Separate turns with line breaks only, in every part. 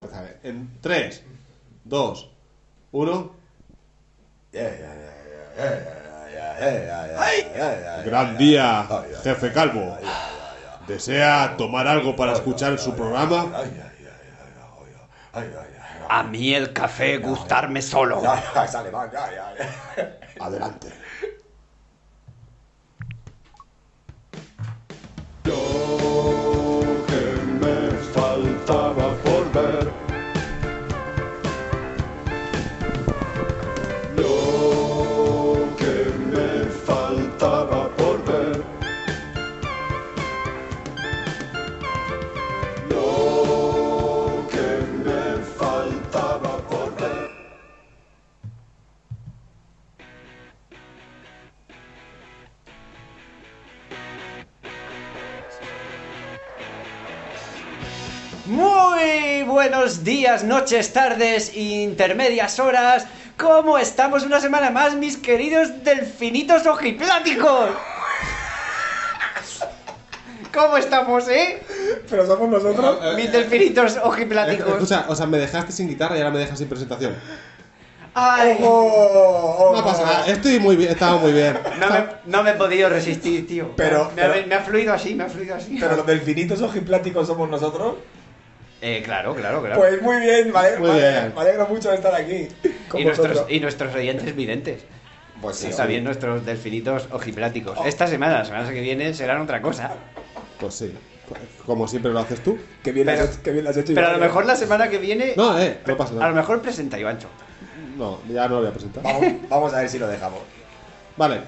Pues, en 3, 2, 1. Gran día, jefe calvo. ¿Desea tomar algo para escuchar su programa?
A mí el café gustarme solo.
Adelante.
Lo que me faltaba por ver. Lo que me faltaba por ver. Lo que me faltaba por ver.
Muy buenos días, noches, tardes, intermedias horas. ¿Cómo estamos una semana más, mis queridos delfinitos ojipláticos? ¿Cómo estamos, eh?
Pero somos nosotros.
Mis delfinitos ojipláticos.
Escucha, o sea, me dejaste sin guitarra y ahora me dejas sin presentación.
eh, Ay,
Oh, oh,
No pasa nada, estoy muy bien, estaba muy bien.
no me, no me he podido resistir, tío.
Pero-
me, ha,
pero-
me ha fluido así, me ha fluido así.
Pero los delfinitos ojipláticos somos nosotros.
Eh, claro, claro, claro.
Pues muy bien, me alegro,
Muy
me
bien.
alegro- me alegro mucho de estar aquí. Con
y,
vosotros.
nuestros, y nuestros oyentes videntes.
Pues sí,
Está
hombre.
bien, nuestros delfinitos ojipláticos. Esta semana, las semanas que vienen, serán otra cosa.
Pues sí, como siempre lo haces tú.
Qué bien, las
Pero-
has hecho, qué bien las has hecho.
Pero a lo
Iván.
mejor la semana que viene.
No, eh, no pasa
A lo
nada.
mejor presenta Ivancho.
No, ya no lo voy a presentar.
Vamos, vamos a ver si lo dejamos.
Vale,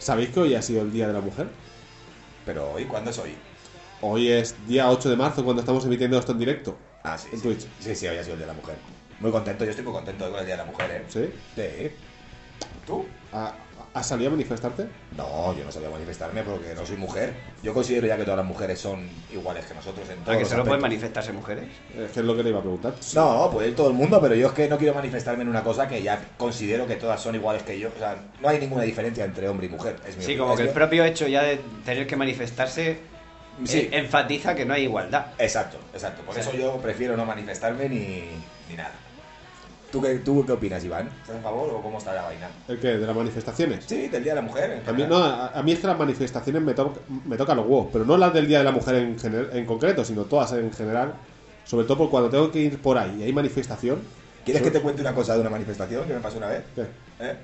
¿sabéis que hoy ha sido el Día de la Mujer?
Pero hoy, ¿cuándo es hoy?
Hoy es día 8 de marzo cuando estamos emitiendo esto en directo.
Ah, sí.
En
sí.
Twitch.
Sí, sí, hoy ha sido el Día de la Mujer. Muy contento, yo estoy muy contento hoy con el Día de la Mujer, ¿eh?
¿Sí?
Sí. ¿Tú?
¿Ha- ¿Has salido a manifestarte?
No, yo no sabía manifestarme porque no soy mujer. Yo considero ya que todas las mujeres son iguales que nosotros en
¿A
todos
que
los
solo pueden
aspectos.
manifestarse mujeres?
Eh, ¿Qué es lo que le iba a preguntar?
No, puede ir todo el mundo, pero yo es que no quiero manifestarme en una cosa que ya considero que todas son iguales que yo. O sea, no hay ninguna diferencia entre hombre y mujer. Es mi
Sí,
opinión.
como
Es
que el
mi-
propio hecho ya de tener que manifestarse
Sí.
eh, enfatiza que no hay igualdad.
Exacto, exacto. Por
Sí.
eso yo prefiero no manifestarme ni, ni nada. ¿Tú qué, ¿Tú qué opinas, Iván? ¿Estás a favor o cómo está la vaina?
¿El qué? ¿De las manifestaciones?
Sí, del Día de la Mujer. en
A mí,
general.
no, a, a mí es que las manifestaciones me, to- me tocan los huevos, pero no las del Día de la Mujer en, gener- en concreto, sino todas en general. Sobre todo por cuando tengo que ir por ahí y hay manifestación.
¿Quieres que te cuente una cosa de una manifestación que me pasó una vez?
¿Qué?
¿eh?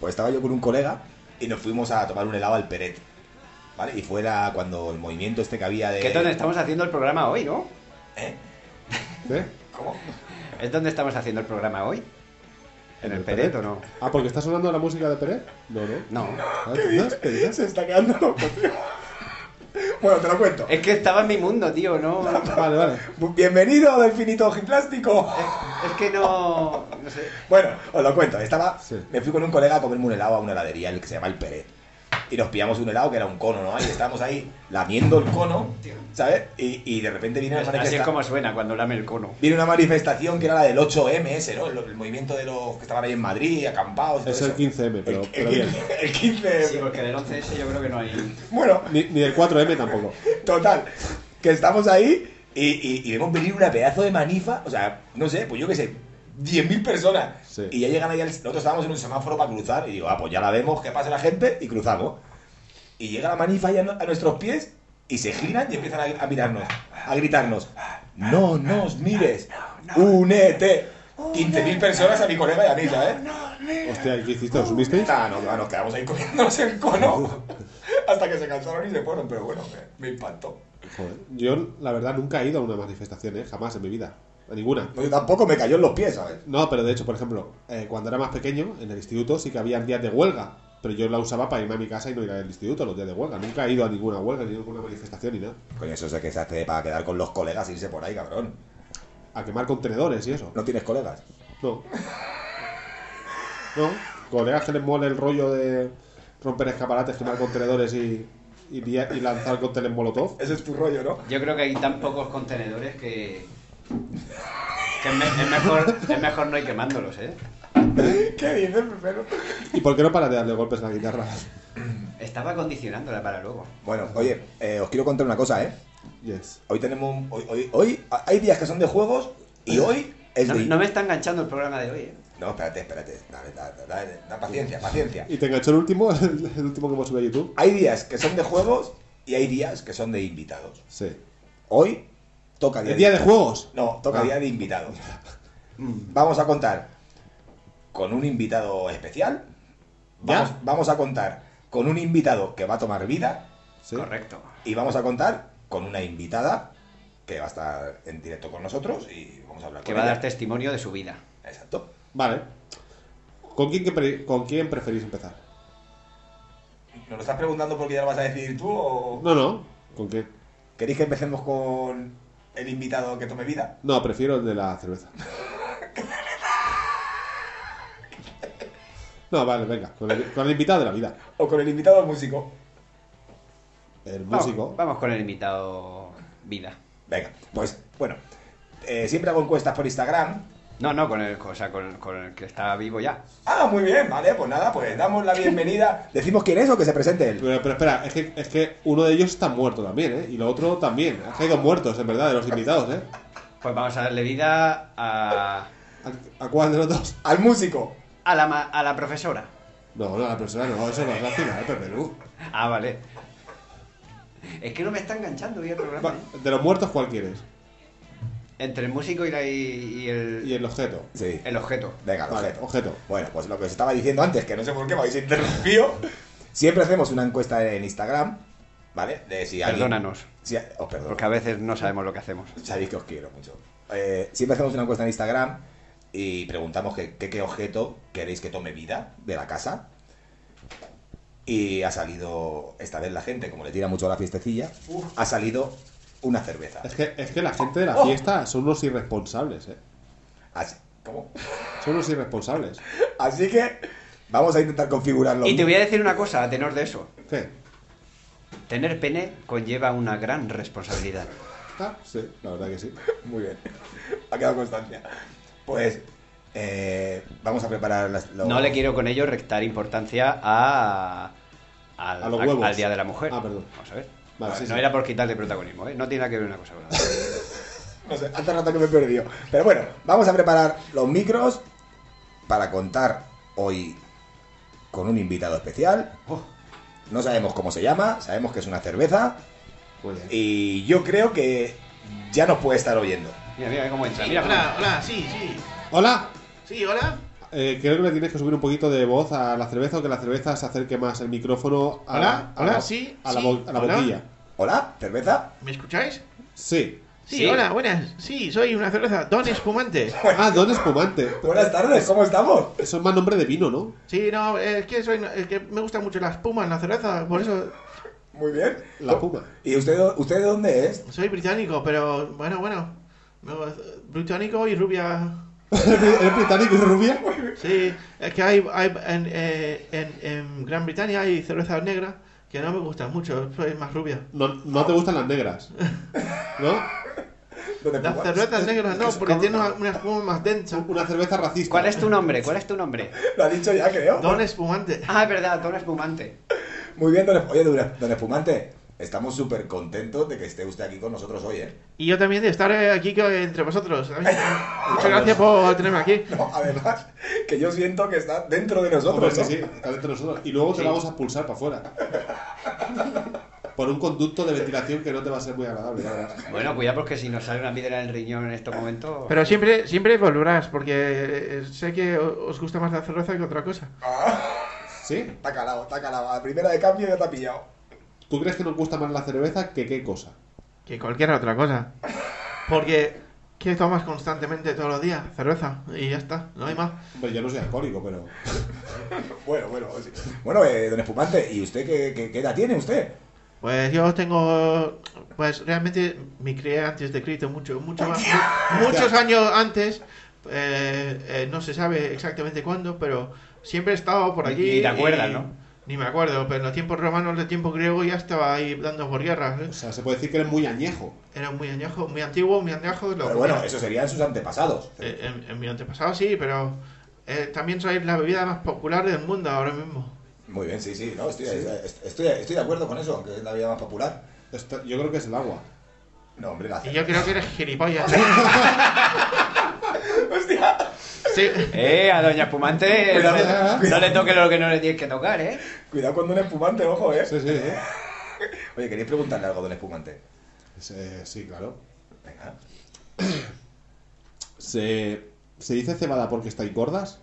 Pues estaba yo con un colega y nos fuimos a tomar un helado al Peret. ¿Vale? Y fuera cuando el movimiento este que había de.
Que es donde estamos haciendo el programa hoy, ¿no?
¿Eh?
¿Qué?
¿Cómo?
Es donde estamos haciendo el programa hoy. ¿En el Peret o no?
Ah, porque está sonando la música de Peret. No, no.
No.
Ah, ¿no? ¿Qué dices?
Se está quedando loco, tío. Bueno, te lo cuento.
Es que estaba en mi mundo, tío, no.
Vale, vale.
Bienvenido, delfinito ojiplástico.
Es que no. No sé.
Bueno, os lo cuento. Estaba,
Sí.
Me fui con un colega a comerme un helado a una heladería, el que se llama El Peret. Y nos pillamos un helado que era un cono, ¿no? Y estábamos ahí lamiendo el cono, ¿sabes? Y, y de repente viene una
Así es
manifestación.
como suena cuando lame el cono.
Viene una manifestación que era la del 8M, ese, ¿no? El, el movimiento de los que estaban ahí en Madrid, acampados. y
Es
todo
el
eso.
15M, pero,
El-
pero
el
bien.
15 El 15M.
Sí, porque del 11S yo creo que no hay.
Bueno,
Ni, ni el 4M tampoco.
Total, que estamos ahí y, y- y vemos venir una pedazo de manifa, o sea, no sé, pues yo qué sé, 10.000 personas.
Sí.
Y ya llegan ahí, al, nosotros estábamos en un semáforo para cruzar y digo, ah, pues ya la vemos, que pase la gente y cruzamos. Y llega la manifa ahí a, no- a nuestros pies y se giran y empiezan a, a mirarnos, a gritarnos, no nos mires, únete. 15.000 personas a mi colega y a mí, ¿sabes?
Hostia, ¿y ¿qué hiciste? ¿Os unisteis?
Nada, no, nos quedamos ahí comiéndonos el cono hasta que se cansaron y se fueron, pero bueno, me, me impactó.
Joder. Yo, la verdad, nunca he ido a una manifestación, ¿eh? Jamás en mi vida. A ninguna.
No, yo tampoco me cayó en los pies, ¿sabes?
No, pero de hecho, por ejemplo, eh, cuando era más pequeño, en el instituto sí que habían días de huelga, pero yo la usaba para irme a mi casa y no ir al instituto los días de huelga. Nunca he ido a ninguna huelga, ni a ninguna manifestación, ni nada.
Coño, eso es que se hace para quedar con los colegas e irse por ahí, cabrón.
A quemar contenedores y eso.
¿No tienes colegas?
No. No. Colegas que les mole el rollo de romper escaparates, quemar contenedores y, y, dia- y lanzar cócteles molotov.
Ese es tu rollo, ¿no?
Yo creo que hay tan pocos contenedores que. que es, me- es mejor, es mejor no ir quemándolos, ¿eh?
¿Qué dices, primero?
¿Y por qué no para de darle golpes a la guitarra?
Estaba condicionándola para luego.
Bueno, oye, eh, os quiero contar una cosa, ¿eh?
Yes.
Hoy tenemos un... Hoy, hoy, hoy hay días que son de juegos y hoy Es
No,
de-
no me está enganchando el programa de hoy. ¿eh?
No, espérate, espérate. Dale, dale, dale, da paciencia, paciencia.
¿Y te enganchó el último? El, último que hemos subido a YouTube.
Hay días que son de juegos y hay días que son de invitados.
Sí.
Hoy toca
El día de juegos.
No, toca
Ah.
día de invitados. Vamos a contar con un invitado especial.
¿Ya?
Vamos, vamos a contar con un invitado que va a tomar vida.
Sí. Pues
Correcto.
Y vamos a contar con una invitada que va a estar en directo con nosotros y vamos a hablar
Que
con
va a
ella.
dar testimonio de su vida.
Exacto.
Vale. ¿Con quién, que pre- ¿Con quién preferís empezar?
¿Nos lo estás preguntando porque ya lo vas a decir tú o
No, no. ¿Con qué?
queréis que empecemos con el invitado que tome vida?
No, prefiero el de la cerveza. No, vale, venga. Con el, con el invitado de la vida.
¿O con el invitado músico?
El
Vamos,
músico.
vamos con el invitado vida.
Venga, pues bueno. eh, siempre hago encuestas por Instagram.
No, no, con el, o sea, con, con el que está vivo ya.
Ah, muy bien, vale, pues nada, pues damos la bienvenida. ¿Decimos quién es o que se presente él?
Pero, pero espera, es que, es que uno de ellos está muerto también, ¿eh? Y lo otro también. Ha caído muertos, en verdad, de los invitados, ¿eh?
Pues vamos a darle vida a,
¿A, a cuál de los dos?
Al músico.
a, la, ma- a la profesora.
No, no, la persona no. Eso no es la fila, ¿eh? Pepe Lu.
Ah, vale. Es que no me está enganchando hoy el programa.
Va,
¿eh?
De los muertos, ¿cuál quieres?
Entre el músico y, la- y- y el,
Y el objeto.
Sí.
el objeto.
Venga,
Vale,
objeto.
objeto.
Bueno, pues lo que os estaba diciendo antes, que no sé por qué me habéis interrumpido. Siempre hacemos una encuesta en Instagram, ¿vale? De si alguien-
Perdónanos,
Si, os perdono.
porque a veces no sabemos lo que hacemos.
Sabéis que os quiero mucho. Eh, siempre hacemos una encuesta en Instagram y preguntamos que- que- qué objeto queréis que tome vida de la casa. Y ha salido, esta vez la gente, como le tira mucho a la fiestecilla, ha salido una cerveza.
Es que, es que la gente de la
Oh.
fiesta son unos irresponsables, ¿eh?
Así, ¿cómo?
Son unos irresponsables.
Así que vamos a intentar configurarlo.
Y te voy a decir una cosa a tenor de eso.
¿Qué?
Tener pene conlleva una gran responsabilidad.
Ah, sí, la verdad que sí.
Muy bien. Ha quedado constancia. Pues eh, vamos a preparar las, los-
No le quiero con ello rectar importancia a, al,
A los
a-
huevos.
al Día de la Mujer.
Ah, perdón.
Vamos a ver.
Vale,
no
sí,
no
sí.
era por quitarle protagonismo, ¿eh? No tiene nada que ver una cosa con la otra.
No sé, hace rato que me he perdido. Pero bueno, vamos a preparar los micros para contar hoy con un invitado especial.
Oh.
No sabemos cómo se llama, sabemos que es una cerveza
Muy bien.
y yo creo que ya nos puede estar oyendo.
Mira, mira cómo entra.
Sí,
Mira, cómo
hola, hola, sí, sí.
¡Hola!
Sí, hola.
Eh, creo que le tienes que subir un poquito de voz a la cerveza o que la cerveza se acerque más el micrófono a la,
Hola,
a la-
hola, sí,
a la,
sí,
bo- a la
hola.
boquilla.
Hola, cerveza.
¿Me escucháis?
Sí.
Sí,
Sí.
hola, buenas. Sí, soy una cerveza Don Espumante.
Ah, Don Espumante.
Buenas tardes, ¿cómo estamos?
Eso es más nombre de vino, ¿no?
Sí, no, es que soy es que me gusta mucho la espuma en la cerveza, por eso
Muy bien.
Oh.
La puma.
¿Y usted, usted de dónde es?
soy británico, pero bueno, bueno. No, eh, británico y rubia.
¿Eres británico y rubia?
Sí, es que hay, hay en, eh, en, en Gran Bretaña hay cerveza negra que no me gustan mucho, soy más rubia.
No, no te gustan las negras. ¿No?
¿Dónde
Las
fumas?
cervezas negras no, porque tienen una, una espuma más densa.
Una cerveza racista.
¿Cuál es tu nombre? ¿Cuál es tu nombre?
Lo ha dicho ya, creo.
Don Espumante.
Ah, es verdad, Don Espumante.
Muy bien, don, Esp- oye, don don Espumante. Estamos súper contentos de que esté usted aquí con nosotros hoy, ¿eh?
Y yo también de estar eh, aquí co- entre vosotros. ¿sabes? Muchas gracias por tenerme aquí.
No, además, que yo siento que está dentro de
Hombre,
nosotros,
sí,
¿no?
sí, está dentro de nosotros. Y luego te
Sí.
vamos a expulsar para afuera. Por un conducto de ventilación que no te va a ser muy agradable, ya verás.
Bueno, cuidado porque si nos sale una piedra en el riñón en este estos momentos.
Pero siempre, siempre volverás, porque eh, sé que o- os gusta más la cerveza que otra cosa.
¿Sí?
Está calado, está calado. A la primera de cambio ya te ha pillado.
¿Tú crees que nos gusta más la cerveza que qué cosa?
Que cualquier otra cosa. Porque, ¿qué tomas constantemente todos los días? Cerveza. Y ya está, no hay más.
Hombre, yo no soy alcohólico, pero.
Bueno, bueno, sí. Bueno, eh, don Espumante, ¿y usted qué, qué- qué edad tiene usted?
Pues yo tengo... Pues realmente me crié antes de Cristo, mucho, mucho más. mu- Muchos años antes. eh, eh, no se sabe exactamente cuándo, pero siempre he estado por
Ni-
allí.
ni te acuerdas,
y-
¿no?
Ni me acuerdo, pero en los tiempos romanos, el tiempo griego ya estaba ahí dando por guerras. ¿eh?
O sea, se puede decir que eres muy añejo.
Era muy añejo, muy antiguo, muy añejo. lo
Pero
que
bueno,
era.
eso serían sus antepasados.
Eh, en, en mi antepasado sí, pero eh, también sois la bebida más popular del mundo ahora mismo.
Muy bien, sí, sí, no, estoy, eh, est- Estoy, estoy de acuerdo con eso, aunque es la vida más popular.
Esto- yo creo que es el agua.
No, hombre, la
Y yo
cerveza.
¿eh? creo que eres gilipollas. Sí.
Eh, a Doña Espumante no
Cuidado,
le, no le toque lo que no le tienes que tocar, ¿eh?
Cuidado cuando un espumante, ojo, eh.
Sí, sí, ¿eh?
Oye, ¿queréis preguntarle algo del espumante?
Es, eh, sí, claro.
Venga.
¿Se, ¿Se dice cebada porque estáis gordas?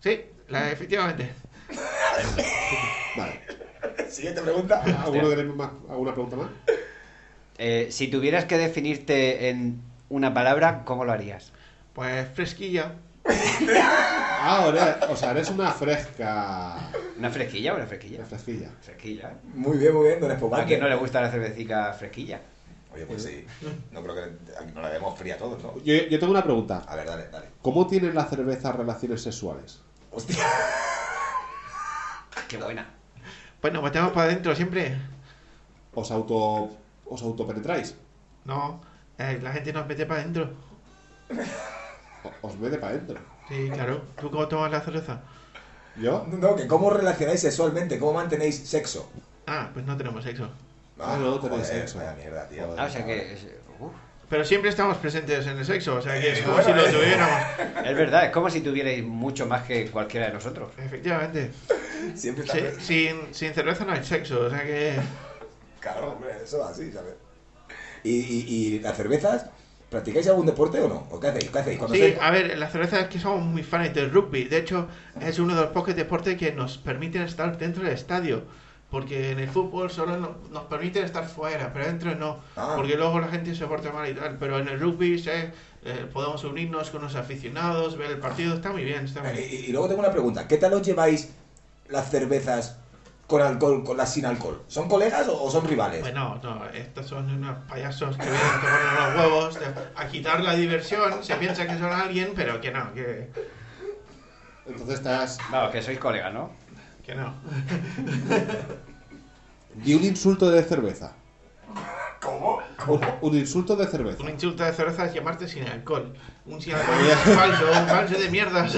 Sí, la- efectivamente.
Vale.
Siguiente pregunta.
¿Alguno queréis más- ¿Alguna pregunta más?
Eh, Si tuvieras que definirte en una palabra, ¿cómo lo harías?
Pues fresquilla.
Ah, eres- o sea, eres una fresca.
¿Una fresquilla o una fresquilla?
Una fresquilla.
Fresquilla, ¿eh?
Muy bien, muy bien, don
¿A
espumante.
quién no le gusta la cervecita fresquilla?
Oye, pues sí. No creo que aquí no la demos fría a todos, ¿no?
Yo, yo tengo una pregunta.
A ver, dale, dale.
¿Cómo tienen la cerveza relaciones sexuales?
Hostia.
Qué buena.
Pues nos metemos para adentro siempre.
¿Os auto os autopenetráis?
No, eh, la gente nos mete para adentro.
O- ¿Os mete para adentro?
Sí, claro. ¿Tú cómo tomas la cerveza?
¿Yo?
No, que cómo relacionáis sexualmente, cómo mantenéis sexo.
Ah, pues no tenemos sexo.
Ah, no, tenéis
joder,
sexo.
Vaya mierda, tío.
Joder.
Ah, o sea que. es- uf.
Pero siempre estamos presentes en el sexo, o sea que es
Eh,
como
bueno,
si lo
eh.
tuviéramos.
Es verdad, es como si tuvierais mucho más que cualquiera de nosotros.
Efectivamente.
Siempre está...
Sí, sin, sin cerveza no hay sexo, o sea que.
Claro, hombre, eso va así, ¿sabes? ¿Y, y, y las cervezas? ¿Practicáis algún deporte o no? ¿O qué hacéis? ¿Qué hacéis? Cuando
Sí, ah.
hacéis-
a ver, la cerveza es que somos muy fans del rugby. De hecho, es uno de los pocos deportes que nos permiten estar dentro del estadio. Porque en el fútbol solo no- nos permiten estar fuera, pero dentro no.
Ah.
Porque luego la gente se porta mal y tal. Pero en el rugby sí, eh, podemos unirnos con los aficionados, ver el partido. Está muy bien, está muy
Eh, Y,
bien.
y- y luego tengo una pregunta. ¿Qué tal os lleváis las cervezas con alcohol, con las sin alcohol? ¿Son colegas o, o son rivales?
Bueno, no, estos son unos payasos que vienen a tocarnos los huevos, a quitar la diversión. Se piensa que son alguien, pero que no, que,
Entonces estás.
Vamos, que sois colegas, ¿no?
que no.
Di un insulto de cerveza.
¿Cómo?
Un, un insulto de cerveza.
Un insulto de cerveza es llamarte sin alcohol. Un sin alcohol es falso, un falso de mierdas.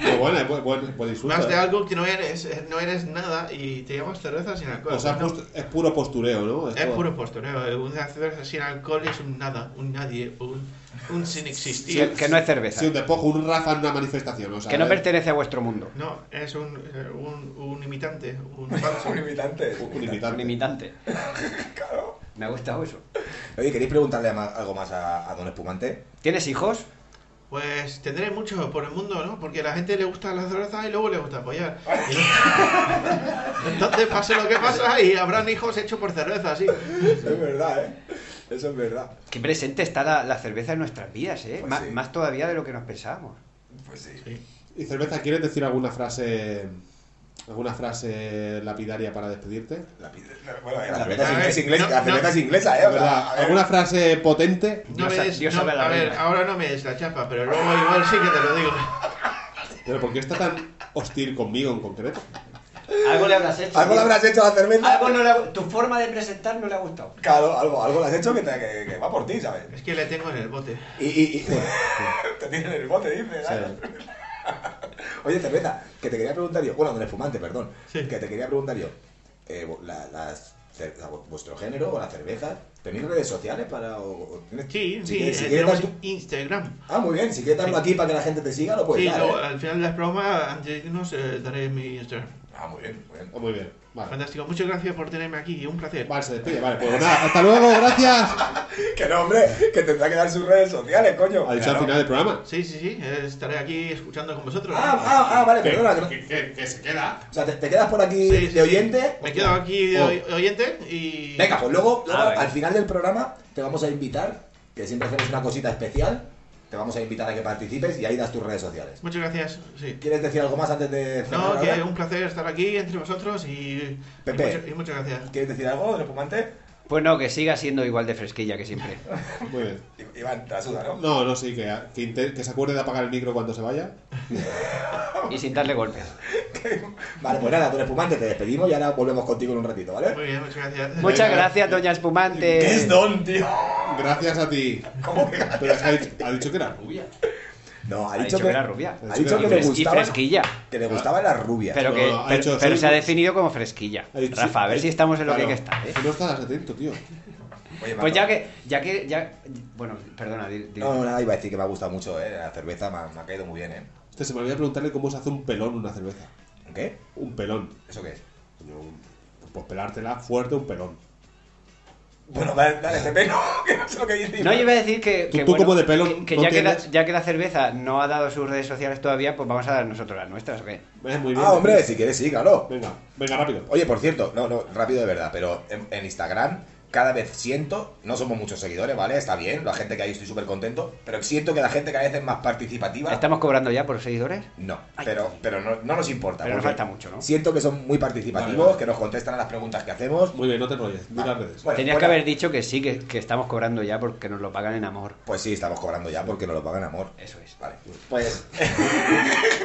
Qué bueno, eh, buen, buen- buen insulto.
Más de
eh.
algo que no eres, eh, no eres nada y te llamas cerveza sin alcohol.
O sea,
No,
pust- es puro postureo, ¿no?
es
todo-
puro postureo. eh. Una cerveza sin alcohol es un nada, un nadie, un, un sin
Sí,
existir.
que no es cerveza.
Sí, un despojo, un rafa en una manifestación. O sea,
Que no
eh,
pertenece a vuestro mundo.
No, es un, eh, un, un imitante, un falso.
Son limitantes.
un
Un
imitante.
imitante. Me ha gustado eso.
Oye, ¿queréis preguntarle a ma- algo más a, a don Espumante?
¿Tienes hijos?
Pues tendré mucho por el mundo, ¿no? Porque a la gente le gusta la cerveza y luego le gusta apoyar. Entonces, pase lo que pasa y habrán hijos hechos por cerveza, sí.
Eso es verdad, ¿eh? Eso es verdad.
Qué presente está la, la cerveza en nuestras vidas, ¿eh?
Pues
Má-
sí.
Más todavía de lo que nos pensábamos.
Pues sí.
¿Y cerveza, quieres decir alguna frase. alguna frase lapidaria para despedirte?
Eh,
La, pide- la- bueno, la
La
cerveza,
verdad
es,
es-
inglés,
no,
la
no.
cerveza es inglesa, ¿eh?
La
O sea,
verdad,
a ver,
¿Alguna frase potente?
No
Dios
me
sa-
des-
Dios
no-
sabe la
a ver,
reina.
ahora no me des la chapa, pero luego igual sí que te lo digo.
Pero ¿por qué está tan hostil conmigo en concreto?
Algo le habrás hecho.
¿Algo le habrás hecho a la cerveza?
Algo no le ha- Tu forma de presentar no le ha gustado.
Claro, algo, algo le has hecho que, te- que- que va por ti, ¿sabes?
Es que le tengo en el bote.
Y, y- y- te tienen el bote, dice.
O sea,
¿sabes? Oye, cerveza, que te quería preguntar yo. Bueno, don Espumante, perdón.
Sí.
Que te quería preguntar yo. eh, vu- la- las cer- la- vuestro género o la cerveza, ¿tenéis redes sociales para.? o- o tienes-
Sí,
si
sí,
quieres- si
eh,
quieres
tenemos
dar tu-
Instagram.
Ah, muy bien, si quieres darlo aquí para que la gente te siga, lo puedes
Sí,
dar.
luego,
¿eh?
al final de las bromas, antes de irnos, eh, daré mi Instagram.
Ah, muy bien, muy bien.
oh, muy bien. Vale.
Fantástico, muchas gracias por tenerme aquí, un placer.
Vale, se despide. Vale, pues nada, hasta luego, gracias.
Que no, hombre, que tendrá que dar sus redes sociales, coño.
Ha dicho
Claro.
al final del programa.
Sí, sí, sí, eh, estaré aquí escuchando con vosotros.
Ah, ah, ah, vale, perdona. que no-
se queda.
O sea, te, te quedas por aquí
Sí, sí, sí.
de oyente. Oh.
Me quedo aquí de oy- oyente y.
Venga, pues luego, luego,
Ah, venga.
al final del programa te vamos a invitar, que siempre hacemos una cosita especial, te vamos a invitar a que participes y ahí das tus redes sociales.
Muchas gracias, sí.
¿Quieres decir algo más antes de cerrar
No,
ahora?
que un placer estar aquí entre vosotros y.
Pepe.
Y, mucho- y muchas gracias.
¿Quieres decir algo, don espumante?
Pues no, que siga siendo igual de fresquilla que siempre.
Muy bien.
I- Iván, te la suda, ¿no?
No, no, sí, que, que, inte- que se acuerde de apagar el micro cuando se vaya.
Y sin darle golpes.
Vale, pues nada, don espumante, te despedimos y ahora volvemos contigo en un ratito, ¿vale?
Muy bien, muchas gracias.
Muchas
Venga.
gracias, doña Espumante.
¿Qué es don, tío?
Gracias a ti.
¿Cómo que gato?
Pero es que ha dicho, ha dicho que era rubia.
No, ha
Ha
dicho que,
era rubia.
Ha dicho
Y
que
Y
le
fres- y
gustaban,
fresquilla.
que le gustaban las rubias.
Pero, que,
No, no, ha
pero,
dicho,
pero
soy-
se ha definido como fresquilla.
Ha dicho,
Rafa, a ver
eh,
si estamos en lo que
claro,
hay que estar. ¿eh?
es que No estás atento, tío.
Oye, Paco.
Pues ya que, ya que, ya, bueno, perdona, di- di-
No, no, nada, iba a decir que me ha gustado mucho, eh. La cerveza me ha, me ha caído muy bien, eh.
Hostia, se me olvidó preguntarle cómo se hace un pelón en una cerveza.
¿Qué?
Un pelón.
¿Eso qué es?
Coño, un- Pues pelártela fuerte un pelón.
Bueno, dale, dale ese pelo, que no sé lo que dice.
No, yo iba a decir que,
Tú-
que,
tú como de pelo
que- que
no
ya, que la,
tienes.
ya que la cerveza no ha dado sus redes sociales todavía, pues vamos a dar nosotros las nuestras, ¿o qué?
Eh, muy bien.
Ah, hombre, si quieres, sí, claro.
Venga, venga, rápido.
Oye, por cierto, no, no, rápido de verdad, pero en, en Instagram cada vez siento, no somos muchos seguidores, ¿vale? Está bien, la gente que hay estoy súper contento, pero siento que la gente cada vez es más participativa.
¿Estamos cobrando ya por seguidores?
No,
Ay.
pero, pero no, no nos importa.
Pero nos
porque
falta mucho, ¿no?
Siento que son muy participativos,
Vale, vale.
que nos contestan a las preguntas que hacemos.
Muy bien, no te enrolles. Di
Vale.
las redes.
Bueno,
Tenías
bueno,
que haber dicho que sí, que, que estamos cobrando ya porque nos lo pagan en amor.
Pues sí, estamos cobrando ya porque nos lo pagan amor.
Eso es.
Vale, pues...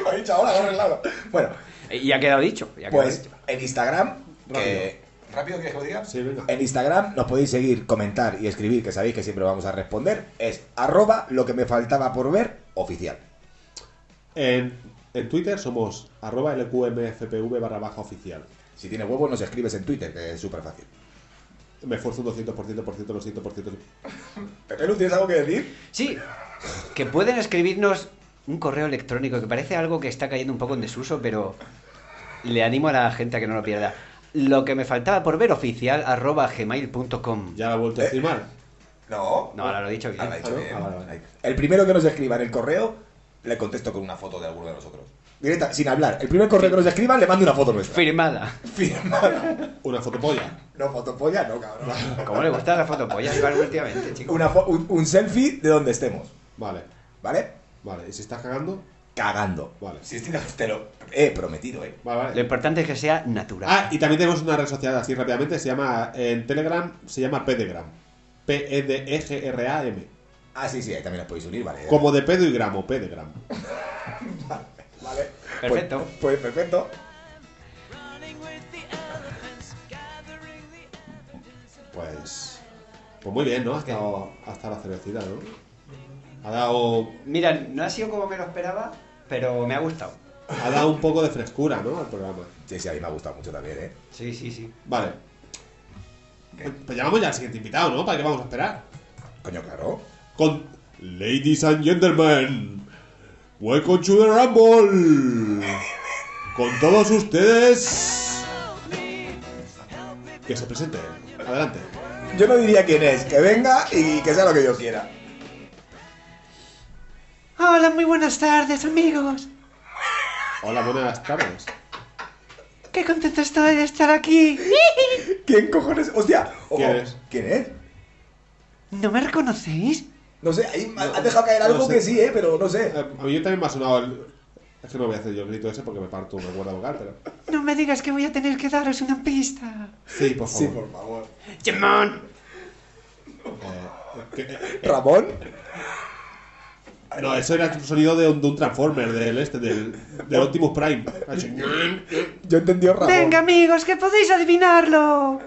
Lo he dicho ahora, lo he arreglado. Bueno,
Y ha quedado dicho. ya ha quedado
pues
dicho.
en Instagram... Que... ¿Rápido quieres que lo diga?
Sí, venga.
En Instagram nos podéis seguir, comentar y escribir, que sabéis que siempre vamos a responder. Es arroba lo que me faltaba por ver oficial.
En, en Twitter somos arroba lqmfpv barra baja oficial.
Si tienes huevos, nos escribes en Twitter, que es súper fácil.
Me esfuerzo un 200%, por ciento, lo siento, por ciento.
Pepe Lu, ¿tienes algo que decir?
Sí, que pueden escribirnos un correo electrónico que parece algo que está cayendo un poco en desuso, pero le animo a la gente a que no lo pierda. Lo que me faltaba por ver oficial arroba gmail.com.
Ya la he vuelto a decir mal.
No.
No, ahora lo he dicho bien.
Ahora lo he dicho
Ah, ¿no?
bien.
Ah, vale, vale.
El primero que nos escriba en el correo, le contesto con una foto de alguno de nosotros. Directa, sin hablar. El primer correo que nos escriban, le mando una foto nuestra.
Firmada.
Firmada.
Una fotopolla.
No, fotopolla, no, cabrón.
¿Cómo le gusta la fotopollas Iván, últimamente, chicos?
Una fo- un, un selfie de donde estemos,
Vale,
¿vale?
vale. ¿Y si estás cagando?
Cagando.
Vale.
Si estoy- te lo he prometido, eh.
Vale,
Lo
vale.
importante es que sea natural.
Ah, y también tenemos una red social así rápidamente. Se llama, en Telegram, se llama Pedegram. E P-E-D-E-G-R-A-M.
Ah, sí, sí, ahí también os podéis unir, vale.
Como de pedo y gramo, Pedegram.
Vale.
Perfecto.
Pues, pues perfecto.
Pues. Pues muy bien, ¿no? Ha estado, ha estado la cervecita, ¿no? Ha dado,
Mira, no ha sido como me lo esperaba, pero me ha gustado.
ha dado un poco de frescura, ¿no? Al programa.
Sí, sí, a mí me ha gustado mucho también, eh.
Sí, sí, sí.
Vale. Pues, pues llamamos ya al siguiente invitado, ¿no? ¿Para qué vamos a esperar?
Coño, claro.
Con. Ladies and gentlemen, welcome to the Rumble. Con todos ustedes. Que se presente. Adelante.
Yo no diría quién es, que venga y que sea lo que yo quiera.
Hola, muy buenas tardes, amigos.
Hola, buenas tardes.
Qué contento estoy de estar aquí.
¿Quién cojones? Hostia, ojo.
¿Quién es?
¿Quién es?
¿No me reconocéis?
No sé, ahí
No,
has dejado caer
no
algo
sé.
que sí, eh, pero no sé.
Eh, A mí también me ha sonado el. Es que no voy a hacer yo el grito ese porque me parto una cuerda vocal, pero.
No me digas que voy a tener que daros una pista.
Sí, por favor.
Sí, por favor.
¡Gemón!
Eh, que- eh,
¿Ramón?
no, eso era un sonido de un, de un Transformer, del este, del, del Optimus Prime. Ha hecho, "Ñan".
Yo entendí Ramón.
Venga, amigos, que podéis adivinarlo.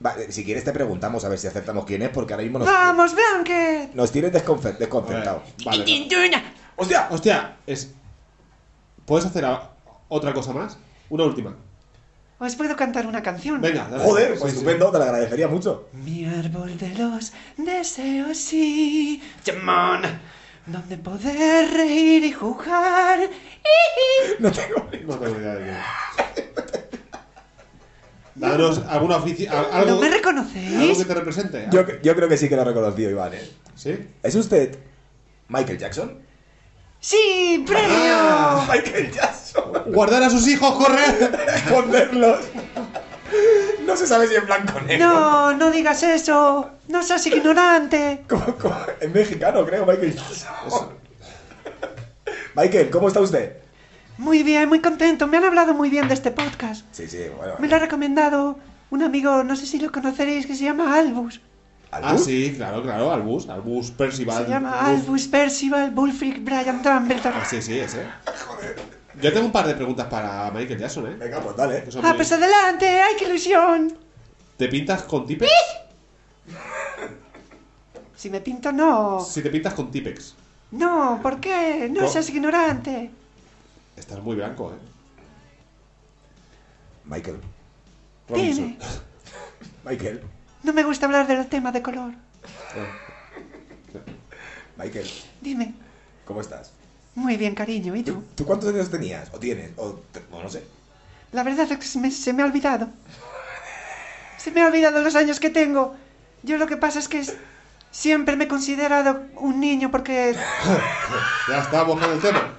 Vale, si quieres te preguntamos a ver si aceptamos quién es, porque ahora mismo nos,
Vamos, Blanket.
nos tienes desconfe-
Vale,
desconcertados.
vale.
Eh. ¡Hostia!
Hostia, es. ¿Puedes hacer a- otra cosa más? Una última.
Os puedo cantar una canción.
Venga, dale.
Joder,
Sí,
pues
sí.
estupendo, te lo agradecería mucho.
Mi árbol de los deseos, sí. ¡Gemón! Donde poder reír y jugar. ¡Ii!
No tengo ni-
No tengo idea de qué. Danos alguna ofici- a-
¿No
Algo,
me
algo que
reconocéis?
te represente.
Yo, yo creo que sí que lo he reconocido, Iván, eh.
¿Sí?
¿Es usted Michael Jackson?
¡Sí! ¡Premio!
Ah.
Michael Jackson.
¡Guardar a sus hijos, correr!
Esconderlos. No se sabe si en blanco o negro.
No, no digas eso. No seas ignorante.
Como- como- Es mexicano, creo, Michael Jackson. Michael, ¿cómo está usted?
Muy bien, muy contento. Me han hablado muy bien de este podcast.
Sí, sí, bueno.
Me lo ha recomendado un amigo, no sé si lo conoceréis, que se llama Albus.
Ah, sí, claro, claro, Albus. Albus Percival.
Se llama
Bus-
Albus Percival Bullfrick Brian Dumbledore.
Ah, sí, sí, ese. Yo tengo un par de preguntas para Michael Jackson, ¿eh?
Venga, pues dale.
Que son
Ah,
muy-
pues adelante, ¡ay, qué ilusión!
¿Te pintas con Tipex?
¿Eh? Si me pinto, no.
Si te pintas con Tipex,
No, ¿por qué? No
No.
seas ignorante.
estás muy blanco, ¿eh?
Michael,
Robinson.
Dime.
Michael,
No me gusta hablar del tema de color.
Michael,
Dime.
¿cómo estás?
Muy bien, cariño. ¿Y
¿Tú,
tú?
tú cuántos años tenías? ¿O tienes? ¿O, te- o no sé?
La verdad es que se me, se me ha olvidado. Se me ha olvidado los años que tengo. Yo lo que pasa es que es- siempre me he considerado un niño porque...
Ya estamos con el tema.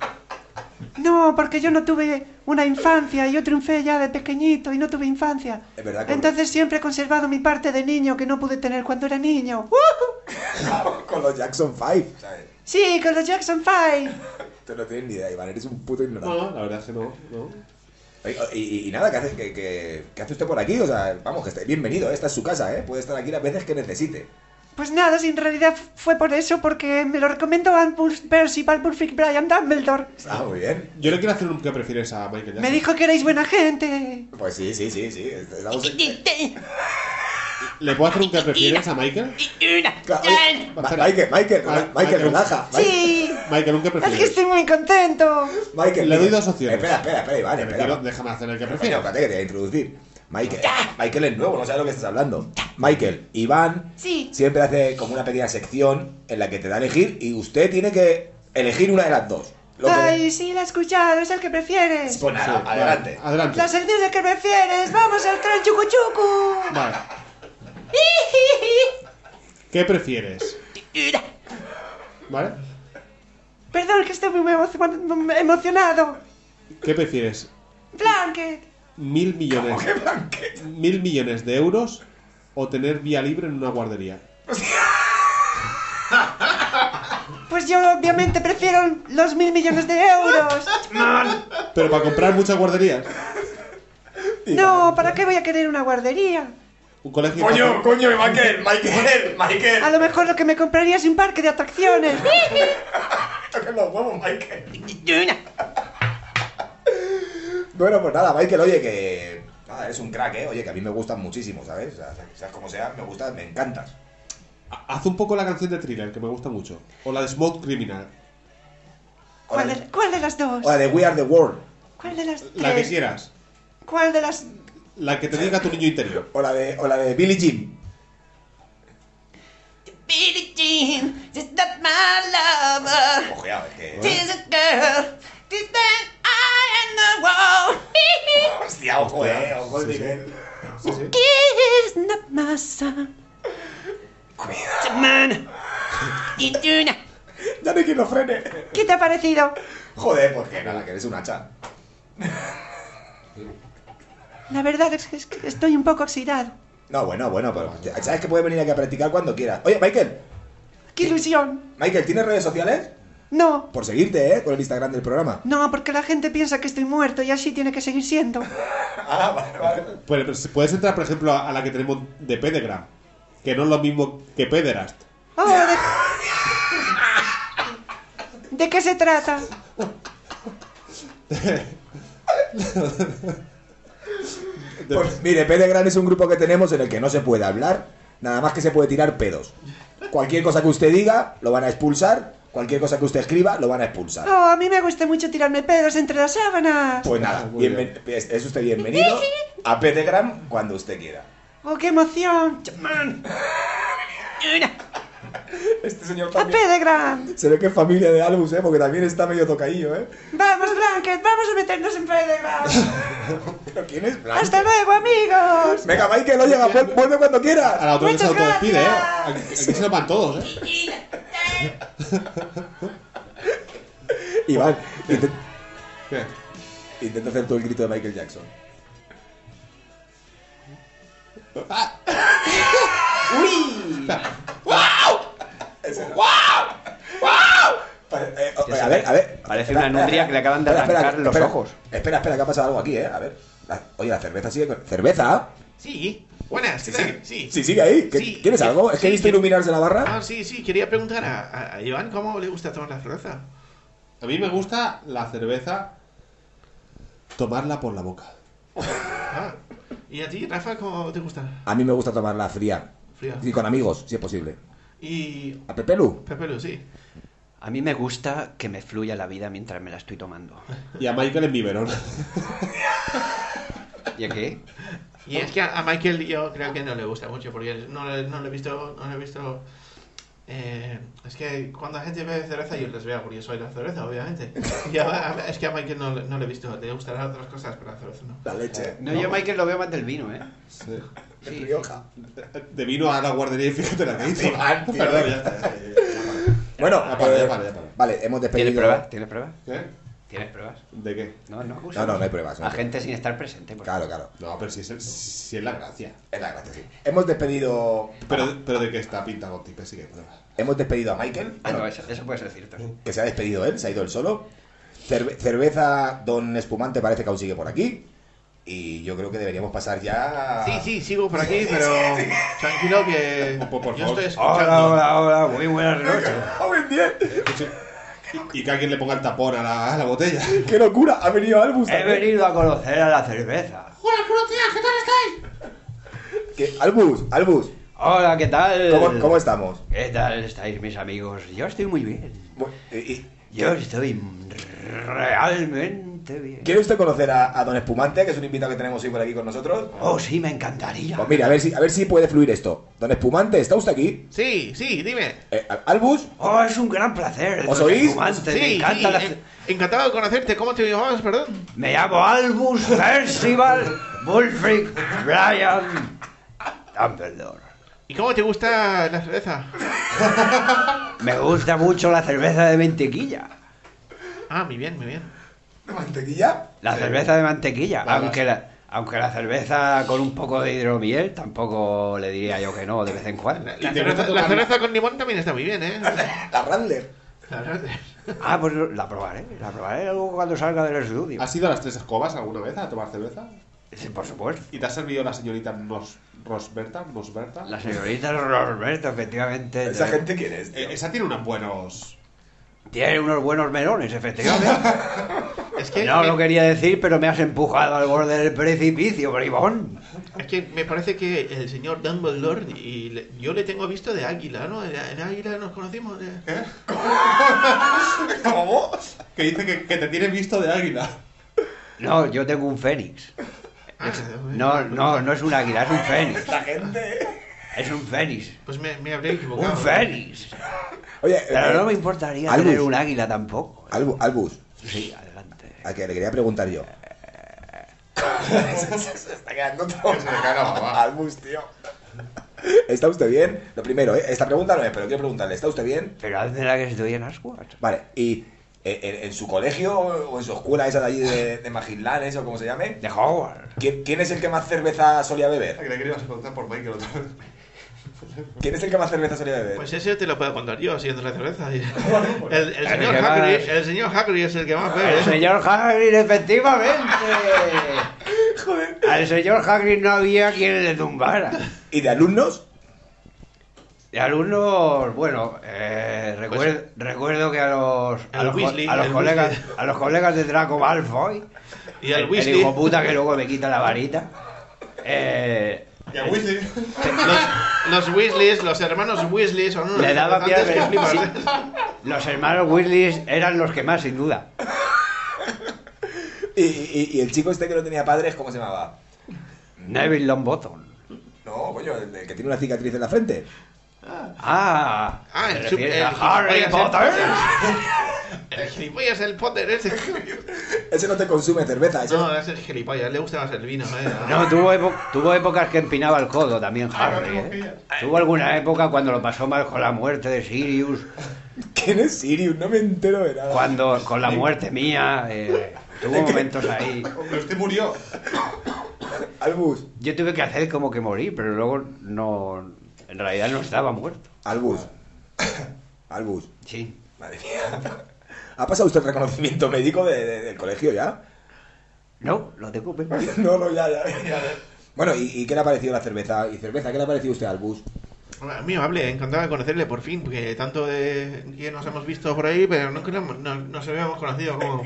No, porque yo no tuve una infancia. Yo triunfé ya de pequeñito y no tuve infancia.
Es verdad que-
Entonces siempre he conservado mi parte de niño que no pude tener cuando era niño. ¡Uh!
Con los Jackson 5, ¿sabes?
Sí, con los Jackson Five.
Tú no tienes ni idea, Iván, eres un puto ignorante.
No, la verdad es que no. no.
Oye, Y, y nada, ¿qué hace, qué- qué- qué hace usted por aquí? O sea, vamos, que esté bienvenido, ¿eh? esta es su casa, ¿eh? Puede estar aquí las veces que necesite.
Pues nada, si en realidad f- fue por eso, porque me lo recomendó Ann Pul- Percy Balpulfic Brian Dumbledore.
Está Ah, muy bien.
Yo le quiero hacer un que prefieres a Michael Jackson.
Me dijo que erais buena gente.
Pues sí, sí, sí, sí. este, Estamos en-
¿Le puedo hacer un que prefieres a Michael?
Claro, oye, Ma- Michael,
Ah,
Michael, rela- Michael,
Michael.
relaja. Michael,
Sí,
Michael, un que
es que
prefieres.
estoy muy contento.
Michael,
Le doy
mira.
dos opciones.
Espera, espera, espera, Iván,
Que me
espera.
quiero- déjame hacer el que
Mira,
prefiero.
espérate que te voy a introducir. Michael, Michael es nuevo, no sabes lo que estás hablando. Michael, Iván
Sí.
siempre hace como una pequeña sección en la que te da a elegir y usted tiene que elegir una de las dos. Lo que-
Ay, sí, la he escuchado, es el que prefieres.
Pues nada,
Sí,
adelante.
vale, adelante.
La sección del que prefieres, vamos al tren chucu chucu.
Vale. ¿Qué prefieres? ¿Vale?
Perdón que estoy muy emo- emocionado.
¿Qué prefieres?
Blanket.
¿Mil millones, ¿Mil millones de euros o tener vía libre en una guardería?
Pues yo obviamente prefiero los mil millones de euros.
Pero para comprar muchas guarderías.
No, ¿para qué voy a querer una guardería?
Un colegio.
Coño,
infantil.
coño, Michael, Michael, Michael.
A lo mejor lo que me compraría es un parque de atracciones.
Toquen los huevos, Michael. Bueno, pues nada, Michael, oye, que. Nada, eres un crack, eh. Oye, que a mí me gustan muchísimo, ¿sabes? O sea, seas como seas, me gustas, me encantas.
Haz un poco la canción de thriller, que me gusta mucho. O la de Smoke Criminal.
¿Cuál de, cuál de las dos?
O la de We Are the World.
¿Cuál de las
La que
tres?
quieras.
¿Cuál de las
La que te diga tu niño interior.
O la de, o la de Billie Jean.
Billie Jean, she's not my lover.
Ojeado, es que.
She's a girl. She's the eye in the world.
Hostia, ojo, eh. Ojo, el
Sí, sí.
nivel.
Sí, sí.
He's not my son.
Cuidado.
The man. Y tú no.
Ya no hay quien lo frene.
¿Qué te ha parecido?
Joder, porque nada, que eres un hacha.
La verdad es que es que estoy un poco oxidado.
No, bueno, bueno, pero. ¿Sabes que puedes venir aquí a practicar cuando quieras? Oye, Michael,
¡Qué ilusión!
Michael, ¿tienes redes sociales?
No,
Por seguirte, eh, con el Instagram del programa.
no, porque la gente piensa que estoy muerto y así tiene que seguir siendo.
Ah, vale, vale.
Pues, pues, puedes entrar, por ejemplo, a, a la que tenemos de Pedergram. Que no es lo mismo que Pederast.
Oh, de... ¿De qué se trata?
De-
Pues mire, Pedegran es un grupo que tenemos en el que no se puede hablar, nada más que se puede tirar pedos. Cualquier cosa que usted diga, lo van a expulsar. Cualquier cosa que usted escriba, lo van a expulsar.
Oh, a mí me gusta mucho tirarme pedos entre las sábanas.
Pues nada,
Muy
bienven- es es usted bienvenido a Pedegran cuando usted quiera.
Oh, qué emoción. Chamán.
Este señor
A Pedegram.
Se ve que es familia de Albus, ¿eh? Porque también está medio tocadillo, ¿eh?
Vamos, Blanket, vamos a meternos en Pedegram.
¿Pero quién es Blanca?
Hasta luego, amigos.
Venga, Michael, no llega, vuelve cuando
A
Ah,
quieras.
la otra vez se
Muchas
autodespide, ¿eh?
gracias.
Aquí, aquí se nos van todos, ¿eh?
Iván, intent-
¿Qué?
intenta hacer tú el grito de Michael Jackson.
Ah.
Pa- eh, o-
Ya
a
se
ver,
ve.
a ver.
Parece
Espera,
una
espera,
nutria
espera.
que le acaban de arrancar los
espera.
ojos.
Espera, espera, que ha pasado algo aquí, ¿eh? A ver. La- oye, la cerveza sigue con... ¿Cerveza?
Sí, buenas, ¿qué tal? Sí,
Sí, sigue ahí. ¿Qué-
Sí.
¿Tienes algo? ¿Es que
Sí,
he visto
quiero-
iluminarse la barra?
Ah, sí, sí, quería preguntar a, a- a Iván cómo le gusta tomar la cerveza.
A mí me gusta la cerveza tomarla por la boca.
Ah, ¿Y a ti, Rafa, cómo te gusta?
A mí me gusta tomarla fría.
Fría.
Y con amigos, si es posible.
Y
¿A Pepelu?
Pepe Lu, sí.
A mí me gusta que me fluya la vida mientras me la estoy tomando.
Y a Michael en biberón.
¿Y a qué?
Y es que a a Michael yo creo que no le gusta mucho porque no le, no le he visto... No le he visto eh, es que cuando la gente ve cerveza yo les veo porque yo soy la cerveza, obviamente. Y a- a- es que a Michael no, le- no le he visto. Le gustarán otras cosas, pero la cerveza no.
La leche.
No, yo a Michael lo veo más del vino, ¿eh?
Sí.
Sí, sí.
Rioja.
De vino a la guardería y fíjate la que hizo.
Iván, tío.
Perdón, ya está. ya, ya, ya.
Bueno,
Ya para, ya
eh,
para, ya para.
vale, hemos despedido.
¿Tienes pruebas? ¿Tienes pruebas?
¿Qué?
¿Tienes pruebas?
¿De qué?
No, no.
No, no, no hay pruebas. no hay
A gente sin estar presente. por
Claro, claro.
No, pero si es, el- si es la gracia.
Es la gracia, sí. Hemos despedido.
Pero, pero de que está pinta con tipe, sí que hay pruebas.
Hemos despedido a Michael.
favor. Ah, no,
bueno,
eso, eso puede ser cierto.
que se ha despedido él, se ha ido él solo. Cerve- cerveza Don Espumante parece que aún sigue por aquí. Y yo creo que deberíamos pasar ya.
Sí, sí, sigo por aquí, pero tranquilo que
Por- por
yo
favor.
estoy escuchando.
hola, hola. Muy buenas noches.
¡Joven bien!
Y, y que alguien le ponga el tapón a la, a la botella.
¡Qué locura! Ha venido Albus.
He
también.
venido a conocer a la cerveza.
Que- Albus, Albus,
Hola, ¿qué tal?
¿cómo, cómo estamos?
¿Qué tal estáis, mis amigos? Yo estoy muy bien.
Bu- y- y-
Yo estoy realmente bien.
¿Quiere usted conocer a, a Don Espumante, que es un invitado que tenemos hoy por aquí con nosotros?
Oh, sí, me encantaría.
Pues mira, a ver si, a ver si puede fluir esto. Don Espumante, ¿está usted aquí?
Sí, sí, dime.
Eh, Albus,
Oh, es un gran placer.
¿Os
don
oís? eh.
Espumante,
Sí,
me encanta
sí,
la-
en- encantado de conocerte. ¿Cómo te llamabas, perdón?
Me llamo Albus Festival Bullfrick Brian Dumbledore.
¿Y cómo te gusta la cerveza?
Me gusta mucho la cerveza de mantequilla.
Ah, muy bien, muy bien.
¿de mantequilla?
La cerveza de mantequilla. Aunque la, aunque la cerveza con un poco de hidromiel tampoco le diría yo que no de vez en cuando.
La, la
¿Y te gusta
cerveza, la
tocar-
cerveza con limón también está muy bien, ¿eh?
La Randler.
La verdad.
Ah, pues la probaré. La probaré luego cuando salga del estudio.
Ah.
¿Has ido a las tres escobas alguna vez a tomar cerveza?
Sí, por supuesto.
¿Y te ha servido la señorita Nos, Rosberta? Nosberta?
La señorita Roberto, efectivamente.
¿Esa gente quién es? tío?
Eh, esa tiene unos buenos.
Tiene unos buenos melones, efectivamente.
Es que,
no
me,
lo quería decir, pero me has empujado al borde del precipicio, bribón.
es que me parece que el señor Dumbledore, y le- yo le tengo visto de Águila, ¿no? En, en Águila nos conocimos. eh.
¿Cómo?
Que dice que, que te tiene visto de águila.
No, yo tengo un fénix.
Ah,
No, no, no es un águila, es un fénix.
Esta gente. ¿eh?
Es un fénix.
Pues me, me habré equivocado.
Un fénix.
Oye,
Pero no me
eh,
importaría
Albus.
tener un águila tampoco.
Albu- Albus,
Sí, adelante.
a que le quería preguntar yo. se está quedando todo. Albus, tío. ¿Está usted bien? Lo primero, ¿eh? esta pregunta no es, pero quiero preguntarle, ¿está usted bien?
Pero hazme la que estoy en Ascuas.
Vale, y eh, en, en su colegio o en su escuela esa de allí de, de Magillanes o como se llame,
De Hogwarts.
¿quién, quién es el que más cerveza solía beber?
que ibas a preguntar por Michael otra vez.
¿Quién es el que más cerveza solía beber?
Pues ese te lo puedo contar yo, haciendo la cerveza. El, el
El
señor
que Ah, más-
Hagrid, el señor Hagrid es el que más
El
bebe. ¿eh?
señor Hagrid, efectivamente. Al señor Hagrid no había quien le tumbara.
¿Y de alumnos?
Y alumnos, bueno, eh, recuer- recuerdo que a los, a
Pues- el
los, co-
Weasley,
a los
el
colegas,
Weasley.
a los colegas de Draco Malfoy,
¿eh? Y el
el
Weasley,
hijo puta que luego me quita la varita, eh,
Y a Weasley.
los, los Weasleys, los hermanos Weasley son unos
Le daba piedra
que
de-
flipas,
sí. los hermanos Weasley eran los que más, sin duda.
Y, y- y el chico este que no tenía padres, ¿cómo se llamaba?
Neville Longbottom.
No, coño, el, el que tiene una cicatriz en la frente.
Ah,
Ah,
¿te
el
refieres
super-
a
el-
Harry
el-
Potter.
El gilipollas, el Potter ese.
Ese no te consume cerveza, ese
No, es el gilipollas, le gusta más el vino. ¿eh?
No, tuvo, epo- tuvo épocas que empinaba el codo también
Ah,
Harry. ¿eh? Tuvo alguna época cuando lo pasó mal con la muerte de Sirius,
¿Quién es Sirius? No me entero de nada.
cuando con la muerte mía. eh, tuvo momentos ahí.
Hombre, usted murió.
Albus,
Yo tuve que hacer como que morí, pero luego no. En realidad no estaba muerto.
Albus. Ah. Albus.
Sí.
Madre mía. ¿Ha pasado usted el reconocimiento médico de- de- del colegio ya?
No, lo tengo pendiente.
No, no, ya, ya. Bueno, ¿y, y qué le ha parecido la cerveza? ¿Y cerveza qué le ha parecido a usted al bus?
Mío, hable, encantado de conocerle por fin, porque tanto de que nos hemos visto por ahí, pero nunca nos, nos- nos habíamos conocido como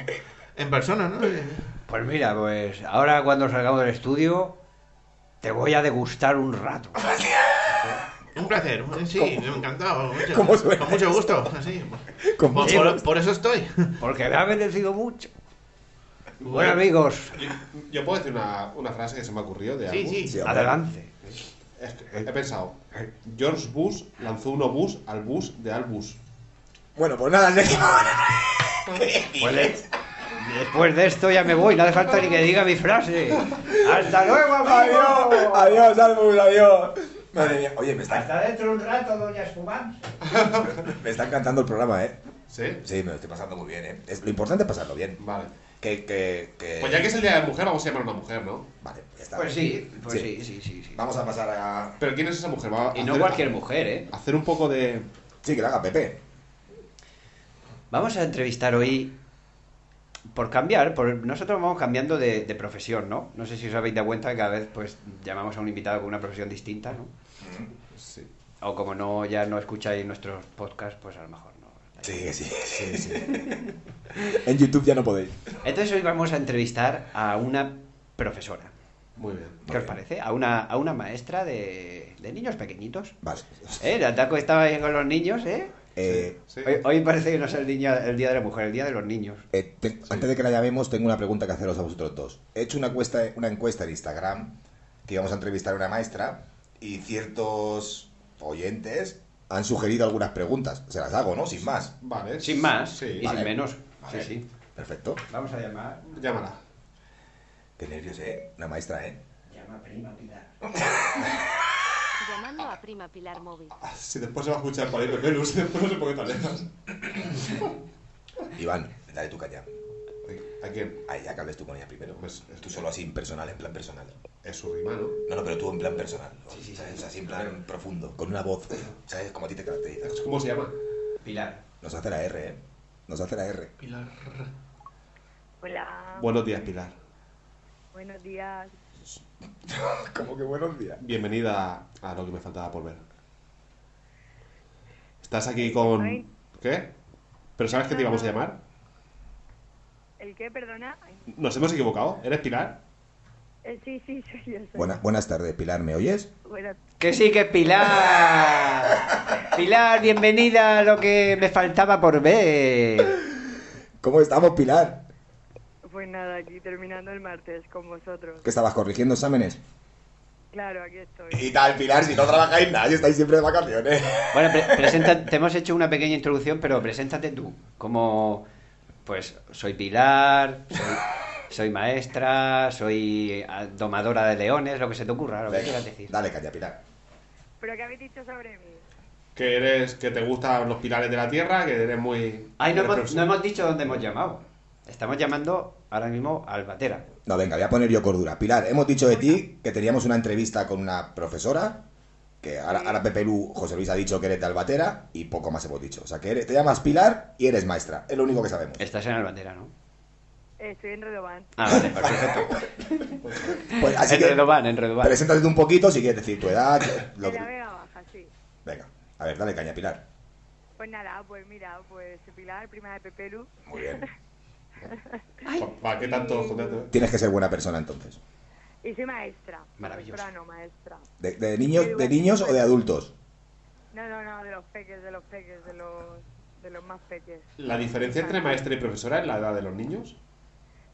en persona, ¿no? Eh,
Pues mira, pues ahora cuando salgamos del estudio, te voy a degustar un rato.
Un placer, ¿eh? sí, me ha encantado, mucho-
¿Cómo suena
con mucho gusto, así.
Con
Por,
mucho
por-
gusto.
por eso estoy.
Porque me ha bendecido mucho. Bueno, amigos,
Yo, yo puedo decir una, una frase que se me ocurrió de
Sí,
algo.
sí.
hombre.
pues, adelante.
Es que eh, he pensado, George Bush lanzó un obús al bus de Albus.
Bueno, pues nada, el décimo.
Pues de- después de esto ya me voy, no hace falta ni que diga mi frase. ¡Hasta luego,
Adiós,
amigos!
adiós, Albus, adiós. Madre mía, oye, me está,
Hasta dentro de un rato, doña Espumante.
me está encantando el programa, ¿eh?
¿Sí?
Sí, me lo estoy pasando muy bien, ¿eh? Es- lo importante es pasarlo bien.
Vale.
Que, que,
Eh.
que...
Pues ya que es el día de la mujer, vamos a llamar a una mujer, ¿no?
Vale, ya está.
Pues sí, pues sí, sí, sí. sí.
Vamos a pasar a...
Pero ¿quién es esa mujer? Va a
Y no
hacer-
cualquier mujer, ¿eh?
Hacer un poco de.
Sí, que lo haga Pepe.
Vamos a entrevistar hoy, por cambiar, por, nosotros vamos cambiando de, de profesión, ¿no? No sé si os habéis dado cuenta que cada vez pues llamamos a un invitado con una profesión distinta, ¿no?
Mm, Sí.
O como no ya no escucháis nuestros podcasts, pues a lo mejor no.
Sí, sí, sí, sí. en YouTube ya no podéis.
Entonces hoy vamos a entrevistar a una profesora.
Muy bien.
¿Qué os parece? A una, a una maestra de, de niños pequeñitos.
Vale.
¿Eh? El ataco estaba ahí con los niños, ¿eh?
Eh,
Sí.
Hoy, hoy parece que no es el, niño- el día de la mujer, el día de los niños.
eh, te- Antes de que la llamemos, tengo una pregunta que haceros a vosotros dos. He hecho una encuesta, una encuesta en Instagram que íbamos a entrevistar a una maestra y ciertos oyentes han sugerido algunas preguntas. Se las hago, ¿no? Sin más.
Vale.
Sin más
Sí.
y
vale.
sin menos.
Vale.
Sí, sí.
Perfecto.
Vamos a llamar.
Llámala.
Qué nervios, ¿eh? Una maestra, ¿eh?
Llama prima Pilar.
Llamando a Prima Pilar Móvil.
Ah, Si después se va a escuchar por ahí Pepe Luz, después no sé por qué tan lejos.
Iván, dale tu caña.
¿A quién?
Ahí, ya que hables tú con ella primero.
Pues, es-
tú solo así, impersonal, en plan personal.
Es su rima, ¿no?
No, no, pero tú en plan personal. Sí, sí, ¿sabes? Así en plan profundo, con una voz. ¿Sabes? Como a ti te caracteriza.
¿Cómo se llama?
Pilar.
Nos hace la R, ¿eh? Nos hace la R.
Pilar.
Hola,
Buenos días, Pilar.
buenos días.
Como que buenos días.
Bienvenida a lo que me faltaba por ver. Estás aquí con.
Ay.
¿Qué? ¿Pero sabes que te íbamos a llamar?
¿El qué, perdona? Ay,
Nos hemos equivocado. ¿Eres Pilar?
eh, sí, sí, soy yo. soy yo.
Buena- buenas tardes, Pilar, ¿me oyes?
Buena-
Que sí, que es Pilar. Pilar, bienvenida a lo que me faltaba por ver.
¿Cómo estamos, Pilar?
Pues nada, aquí terminando el martes con vosotros.
¿Que estabas corrigiendo exámenes?
Claro, aquí estoy.
Y tal, Pilar, si no trabajáis nada, y estáis siempre de vacaciones.
Bueno, pre- presenta- te hemos hecho una pequeña introducción, pero preséntate tú. Como, pues, soy Pilar, soy, soy maestra, soy ah, domadora de leones, lo que se te ocurra, lo que quieras decir.
Dale caña, Pilar.
¿Pero qué habéis dicho sobre mí?
Que eres. que te gustan los pilares de la tierra, que eres muy.
Ay, no
eres
hemos,
profesor.
no hemos dicho dónde hemos llamado. Estamos llamando ahora mismo a Albatera.
No, venga, voy a poner yo cordura. Pilar, hemos dicho de ti que teníamos una entrevista con una profesora, que ahora, ahora Pepe Lu, José Luis ha dicho que eres de Albatera, y poco más hemos dicho. O sea, que eres- te llamas Pilar y eres maestra. Es lo único que sabemos.
Estás en Albatera, ¿no?
Eh, Estoy en Redobán.
Ah, vale, perfecto.
Pues, así
en
que,
Redobán, en Redobán.
preséntate tú un poquito si quieres decir tu edad. que- lo
De la
que-
Vega Baja, sí.
Venga, a ver, dale caña, Pilar.
Pues nada, pues mira, pues soy Pilar, prima de Pepelu.
Muy bien.
Pa- ¿Para qué tanto joderte?
Tienes que ser buena persona entonces.
Y soy maestra.
Maravilloso.
Profesora no, maestra.
¿De, de niños, de niños o de adultos?
No, no, no, de los peques, de los peques, de los, de los más peques.
La diferencia entre maestra y profesora es la edad de los niños.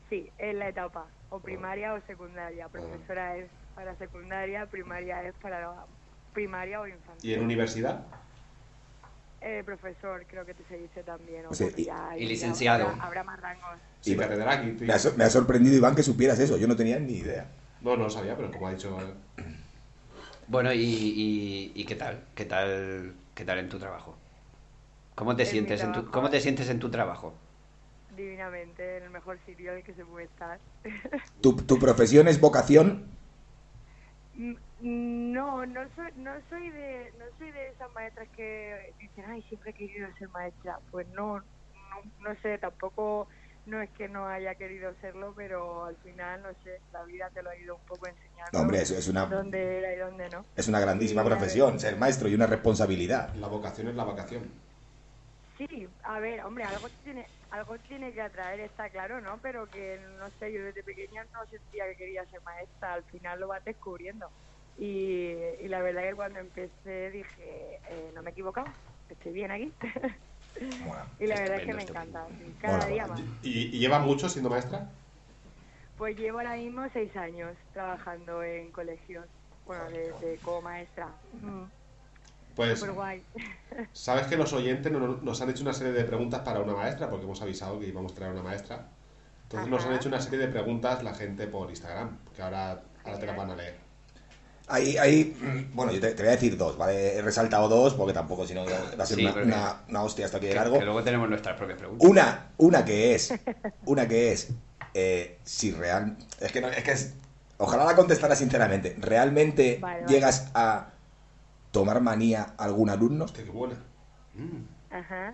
Sí, es la etapa, o primaria o secundaria. Profesora es para secundaria, primaria es para la- primaria o
Y
infantil.
en universidad.
Eh, profesor, creo que te se dice también. o
Sí,
porque
y-
ya-
y
ya
licenciado.
Habrá, habrá más rangos.
Sí,
Y-
catedral aquí. tío.
Me ha, sor- me ha sorprendido, Iván, que supieras eso. Yo no tenía ni idea.
No, no lo sabía, pero como ha dicho. eh,
Bueno, y, y- y qué tal? ¿Qué tal? ¿Qué tal en tu trabajo? ¿Cómo te
En mi
sientes en tu
trabajo.
cómo te sientes en tu trabajo?
Divinamente, en el mejor sitio en el que se puede estar.
¿Tu, tu profesión es vocación?
Mm, No, no soy, no soy de, no soy de esas maestras que dicen, ay, siempre he querido ser maestra. Pues no, no, no sé, tampoco, no es que no haya querido serlo, pero al final, no sé, la vida te lo ha ido un poco enseñando.
No, hombre, es, es una,
Dónde era y dónde no.
es una grandísima profesión, ser maestro y una responsabilidad.
La vocación es la vacación.
Sí, a ver, hombre, algo tiene, algo tiene que atraer, está claro, ¿no? Pero que, no sé, yo desde pequeña no sentía que quería ser maestra, al final lo vas descubriendo. Y, y la verdad que cuando empecé dije, eh, no me he equivocado, estoy bien aquí.
Mola.
y la verdad es que
Estupendo,
me
estupendo.
encanta, sí, cada
Mola,
día
mola.
más.
¿Y, y lleva mucho siendo maestra?
Pues llevo ahora mismo seis años trabajando en colegios, bueno, de, de- como maestra.
Pues,
Súper guay.
sabes que los oyentes no- nos han hecho una serie de preguntas para una maestra, porque hemos avisado que íbamos a traer una maestra. Entonces nos
Ajá.
han hecho una serie de preguntas la gente por Instagram, que ahora, ahora te las
Genial.
van a leer.
Ahí, ahí, mm, bueno, yo te, te voy a decir dos, ¿vale? He resaltado dos porque tampoco, si no, va a ser
Sí,
una,
porque-
una- una hostia hasta aquí de
Que,
largo.
que luego tenemos nuestras propias preguntas.
Una, una que es, una que es, eh, si real, es que no, es que es, ojalá la contestara sinceramente, ¿realmente
Vale, vale.
llegas a tomar manía a algún alumno?
Hostia, qué buena.
Ajá.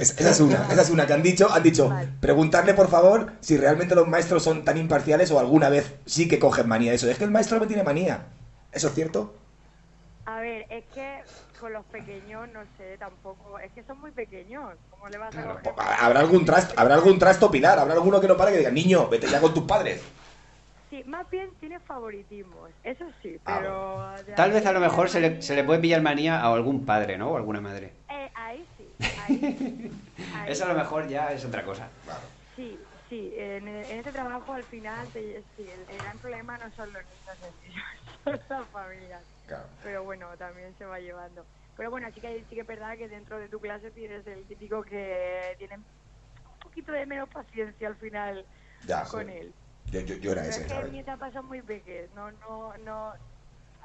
Es- esa es una, esa es una que han dicho, han dicho,
Vale.
preguntarle por favor si realmente los maestros son tan imparciales o alguna vez sí que cogen manía eso. Es que el maestro me tiene manía. ¿Eso es cierto?
A ver, es que con los pequeños no sé tampoco, es que son muy pequeños. ¿Cómo le vas a coger?
Pues, Habrá algún trasto, habrá algún trasto pilar, habrá alguno que no para que diga, niño, vete ya con tus padres.
Sí, más bien tiene favoritismos, eso sí,
Ah,
pero... de
Tal
ahí
vez a lo
a
mejor se le,
mí-
se le puede pillar manía a algún padre, ¿no? O alguna madre.
Eh, ahí sí, ahí sí. ahí
Eso a lo mejor ya es otra cosa.
Sí, sí, en, en este trabajo al final te- sí, el, el gran problema no son los niños en sí, son las familias.
Claro.
Pero bueno, también se va llevando. Pero bueno, sí que, sí que es verdad que dentro de tu clase tienes el típico que tiene un poquito de menos paciencia al final
Ya,
con
joder.
él.
Yo, yo- yo era
Pero
ese,
es que
¿sabes?
mi etapa son muy pequeñas, no, no, no.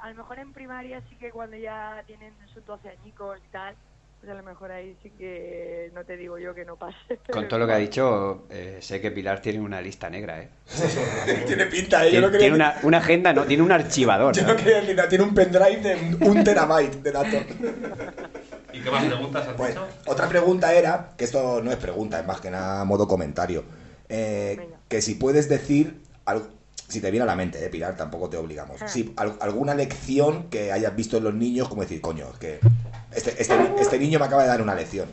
A lo mejor en primaria sí que cuando ya tienen sus 12 añicos y tal, pues a lo mejor ahí sí que no te digo yo que no pase.
Con todo lo que ha dicho, eh, sé que Pilar tiene una lista negra, ¿eh?
tiene pinta, ¿eh? Yo
Tiene,
no quería
tiene
ni-
una, una agenda, no, tiene un archivador.
yo no
¿sabes?
quería ni nada. Tiene un pendrive de un- un terabyte de datos.
¿Y qué más preguntas has
Pues,
dicho?
otra pregunta era, que esto no es pregunta, es más que nada modo comentario. eh,
Venga.
que si puedes decir, algo, si te viene a la mente, eh, Pilar, tampoco te obligamos.
Ah.
Si al- alguna lección que hayas visto en los niños, como decir, coño, es que este, este, este niño me acaba de dar una lección.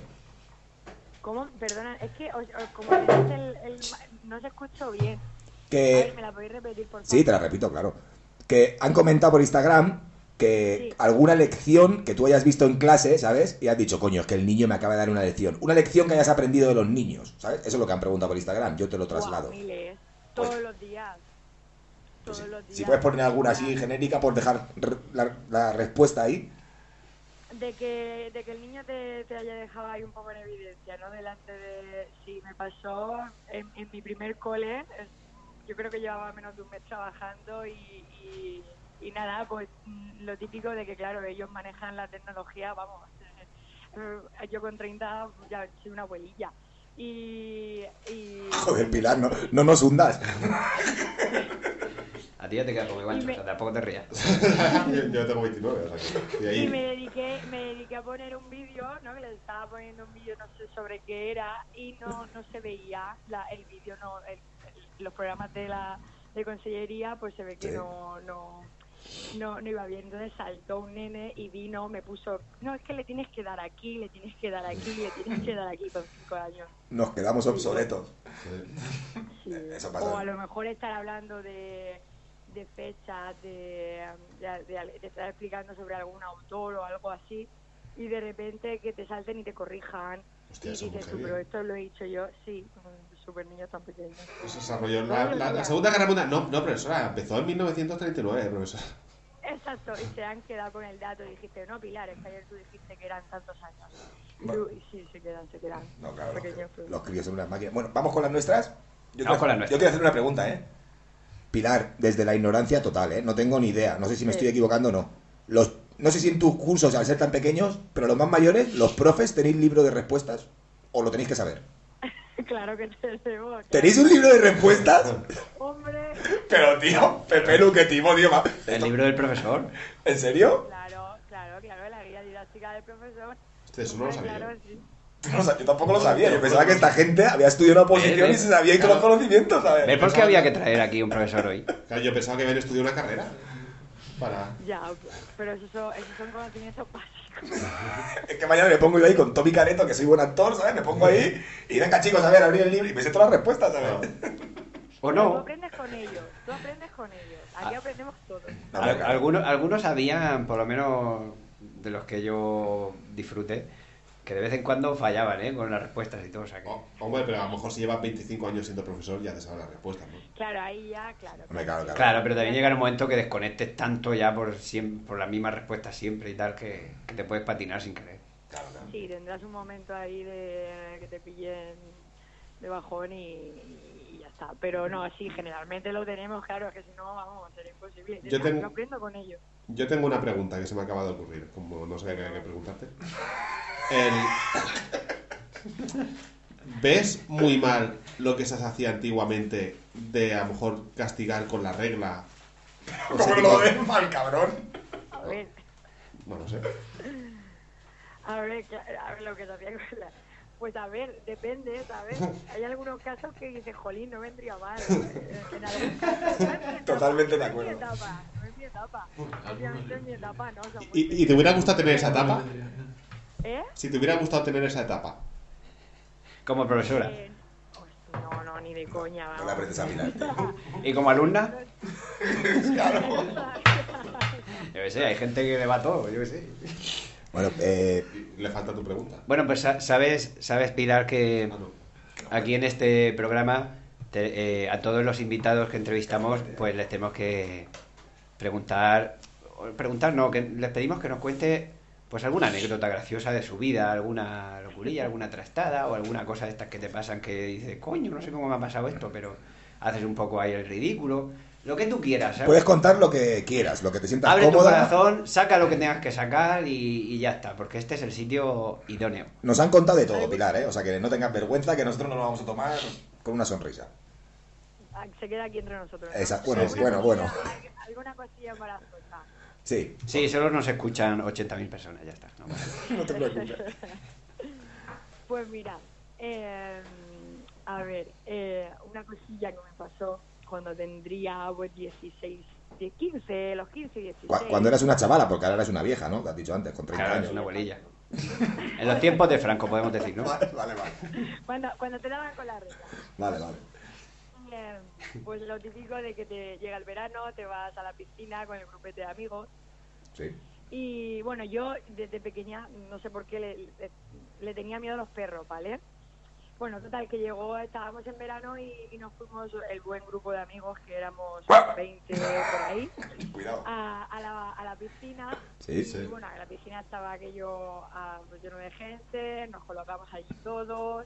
¿Cómo? Perdona, es que os- os- como tenéis el, el ma- no se escuchó bien.
Que,
A ver, ¿me la podéis repetir, por favor?
Eh, Sí, te la repito, claro. Que han comentado por Instagram que
Sí.
alguna lección que tú hayas visto en clase, ¿sabes? Y has dicho, coño, es que el niño me acaba de dar una lección. Una lección que hayas aprendido de los niños, ¿sabes? Eso es lo que han preguntado por Instagram, yo te lo
Guau,
traslado.
miles,
Pues-
todos los días.
Pues
Todos
si,
los días.
si puedes poner alguna así
Ah,
genérica, por dejar r- la, la respuesta ahí.
De que, de que el niño te, te haya dejado ahí un poco en evidencia, ¿no? Delante de... Sí, me pasó en, en mi primer cole, es- yo creo que llevaba menos de un mes trabajando y, y, y nada, pues mm, lo típico de que, claro, ellos manejan la tecnología, vamos, eh, yo con 30 ya soy una abuelilla. Y... y
Joder, Pilar, no, no nos hundas.
A ti ya te queda como igual,
Y me-
o sea, tampoco te rías.
yo, yo tengo 29, o sea que- y ahí-
Y me dediqué, me dediqué a poner un vídeo, ¿no? Que les estaba poniendo un vídeo, no sé sobre qué era, y no, no se veía la, el vídeo, no, el- el- los programas de la de consellería, pues se ve que
Sí.
no, no, no, no iba bien. Entonces saltó un nene y vino, me puso, no, es que le tienes que dar aquí, le tienes que dar aquí, le tienes que dar aquí con cinco años.
Nos quedamos obsoletos.
Sí.
Sí.
Eh, Eso pasa.
O a lo mejor estar hablando de, de fechas, de, de, de- de estar explicando sobre algún autor o algo así, y de repente que te salten y te corrijan.
Hostia,
y
eso es muy
dices, tú,
heavy.
pero esto lo he dicho yo, sí, mm, súper niños tan pequeños.
Eso se desarrolló en la, la- la Segunda Guerra Mundial. No, no, profesora, empezó en 1939, profesora.
Exacto, y se han quedado con el dato. Dijiste, no, Pilar, es que ayer tú dijiste que eran tantos años. Y, tú, y sí, se quedan, se quedan.
No, claro, los,
pequeños, pero-
los críos son unas máquinas. Bueno, vamos con las nuestras. Yo
Vamos con las nuestras.
Yo quiero hacer una pregunta, ¿eh? Pilar, desde la ignorancia total, ¿eh? No tengo ni idea. No sé si me
Sí.
estoy equivocando o no. Los, no sé si en tus cursos, al ser tan pequeños, pero los más mayores, los profes, ¿tenéis libro de respuestas? ¿O lo tenéis que saber?
claro que tenemos.
¿Tenéis un libro de respuestas?
Hombre,
Pero, tío, Pepe Luque, tío, tío. va-
El libro del profesor.
¿En serio?
claro, claro, claro, la guía didáctica del profesor.
Hostia, eso no lo
Hombre,
sabía.
claro,
yo.
sí.
No lo sa- yo tampoco lo sabía. Yo pensaba que esta gente había estudiado una
Eh,
posición y se sabía y con los conocimientos,
¿Ves
¿sabes?
por qué había que traer aquí un profesor hoy?
Claro, yo pensaba que habían estudiado una carrera. Para.
Ya, pero esos son, esos son conocimientos básicos.
Es que mañana me pongo yo ahí con Tommy Careto, que soy buen actor, ¿sabes? Me pongo ahí y venga, chicos, a ver, abrir el libro y me sé todas las respuestas, ¿sabes?
¿O
Pero Tú
no?
aprendes con ellos, tú aprendes con ellos. Aquí aprendemos todos.
No,
Al-
venga.
algunos, algunos habían, por lo menos de los que yo disfruté, Que de vez en cuando fallaban, ¿eh? Con las respuestas y todo. o sea que-
Oh, hombre, pero a lo mejor si llevas 25 años siendo profesor ya te sabes las respuestas, ¿no?
Claro, ahí ya, claro.
Hombre, claro, claro.
Claro, pero también llega un momento que desconectes tanto ya por, siem- por la misma respuesta siempre y tal que, que te puedes patinar sin querer.
Claro, claro.
Sí, tendrás un momento ahí de que te pillen de bajón y, y ya está. Pero no, sí, generalmente lo tenemos, claro, es que si no, vamos, sería imposible.
Yo tengo-
Yo aprendo con ellos.
Yo tengo una pregunta que se me acaba de ocurrir, como no sé qué, qué preguntarte. El- ¿Ves muy mal lo que se hacía antiguamente de a lo mejor castigar con la regla? O ese
Como
tipo
lo
de-
ven mal, cabrón.
A ver,
No lo sé.
a ver, cla- a ver lo que se hacía con la- Pues a ver, depende, ¿sabes? Hay algunos casos que dices, jolín, no vendría mal. Eh, En algún caso, no es mi etapa,
Totalmente de
no es mi
acuerdo.
etapa, No es mi etapa. Obviamente no es mi etapa, no. o sea, muy-
¿Y, y te hubiera gustado tener esa etapa?
¿Eh?
Si te hubiera gustado tener esa etapa.
Como profesora.
Eh, hostia, No, no, ni de coña.
No la
vamos.
aprendes a mirar.
¿Y como alumna?
Claro.
Yo qué sé, hay gente que le va todo, yo qué sé.
Bueno, eh,
Le falta tu pregunta.
Bueno, pues sa- sabes, sabes Pilar, que
Ah, no.
aquí en este programa te- eh, a todos los invitados que entrevistamos, pues les tenemos que preguntar, o preguntar no, que les pedimos que nos cuente pues alguna anécdota graciosa de su vida, alguna locurilla, alguna trastada o alguna cosa de estas que te pasan que dices, coño, no sé cómo me ha pasado esto, pero haces un poco ahí el ridículo, lo que tú quieras, ¿sabes?
puedes contar lo que quieras, lo que te sientas
Abre tu
cómoda.
corazón, saca lo que tengas que sacar y, y ya está, porque este es el sitio idóneo.
Nos han contado de todo, Pilar, ¿eh? O sea, que no tengas vergüenza, que nosotros nos lo vamos a tomar con una sonrisa.
Ah, Se queda aquí entre nosotros. ¿no?
Esa- bueno,
Alguna
bueno, bueno.
cosilla- Alguna cosilla embarazosa.
Sí,
Sí, solo nos escuchan 80.000 personas, ya está. no pasa nada.
no te preocupes.
Pues mira, eh, a ver, eh, una cosilla que me pasó cuando tendría pues, 16, 10, 15, los 15, 16.
Cu- Cuando eras una chavala, porque ahora eres una vieja, ¿no? Te has dicho antes, con 30
Claro, es
años.
una abuelilla. En los tiempos de Franco, podemos decir, ¿no?
Vale, vale, vale.
Cuando, cuando te daban con la regla.
Vale, vale.
Eh, pues lo típico de que te llega el verano, te vas a la piscina con el grupete de amigos
Sí.
Y bueno, yo desde pequeña, no sé por qué, le, le- le tenía miedo a los perros, ¿vale? Bueno, total, que llegó, estábamos en verano y, y nos fuimos el buen grupo de amigos, que éramos 20 por ahí,
Cuidado.
a, a la, a la piscina.
Sí,
Y
sí.
bueno, en la piscina estaba aquello ah, pues, lleno de gente, nos colocamos allí todos.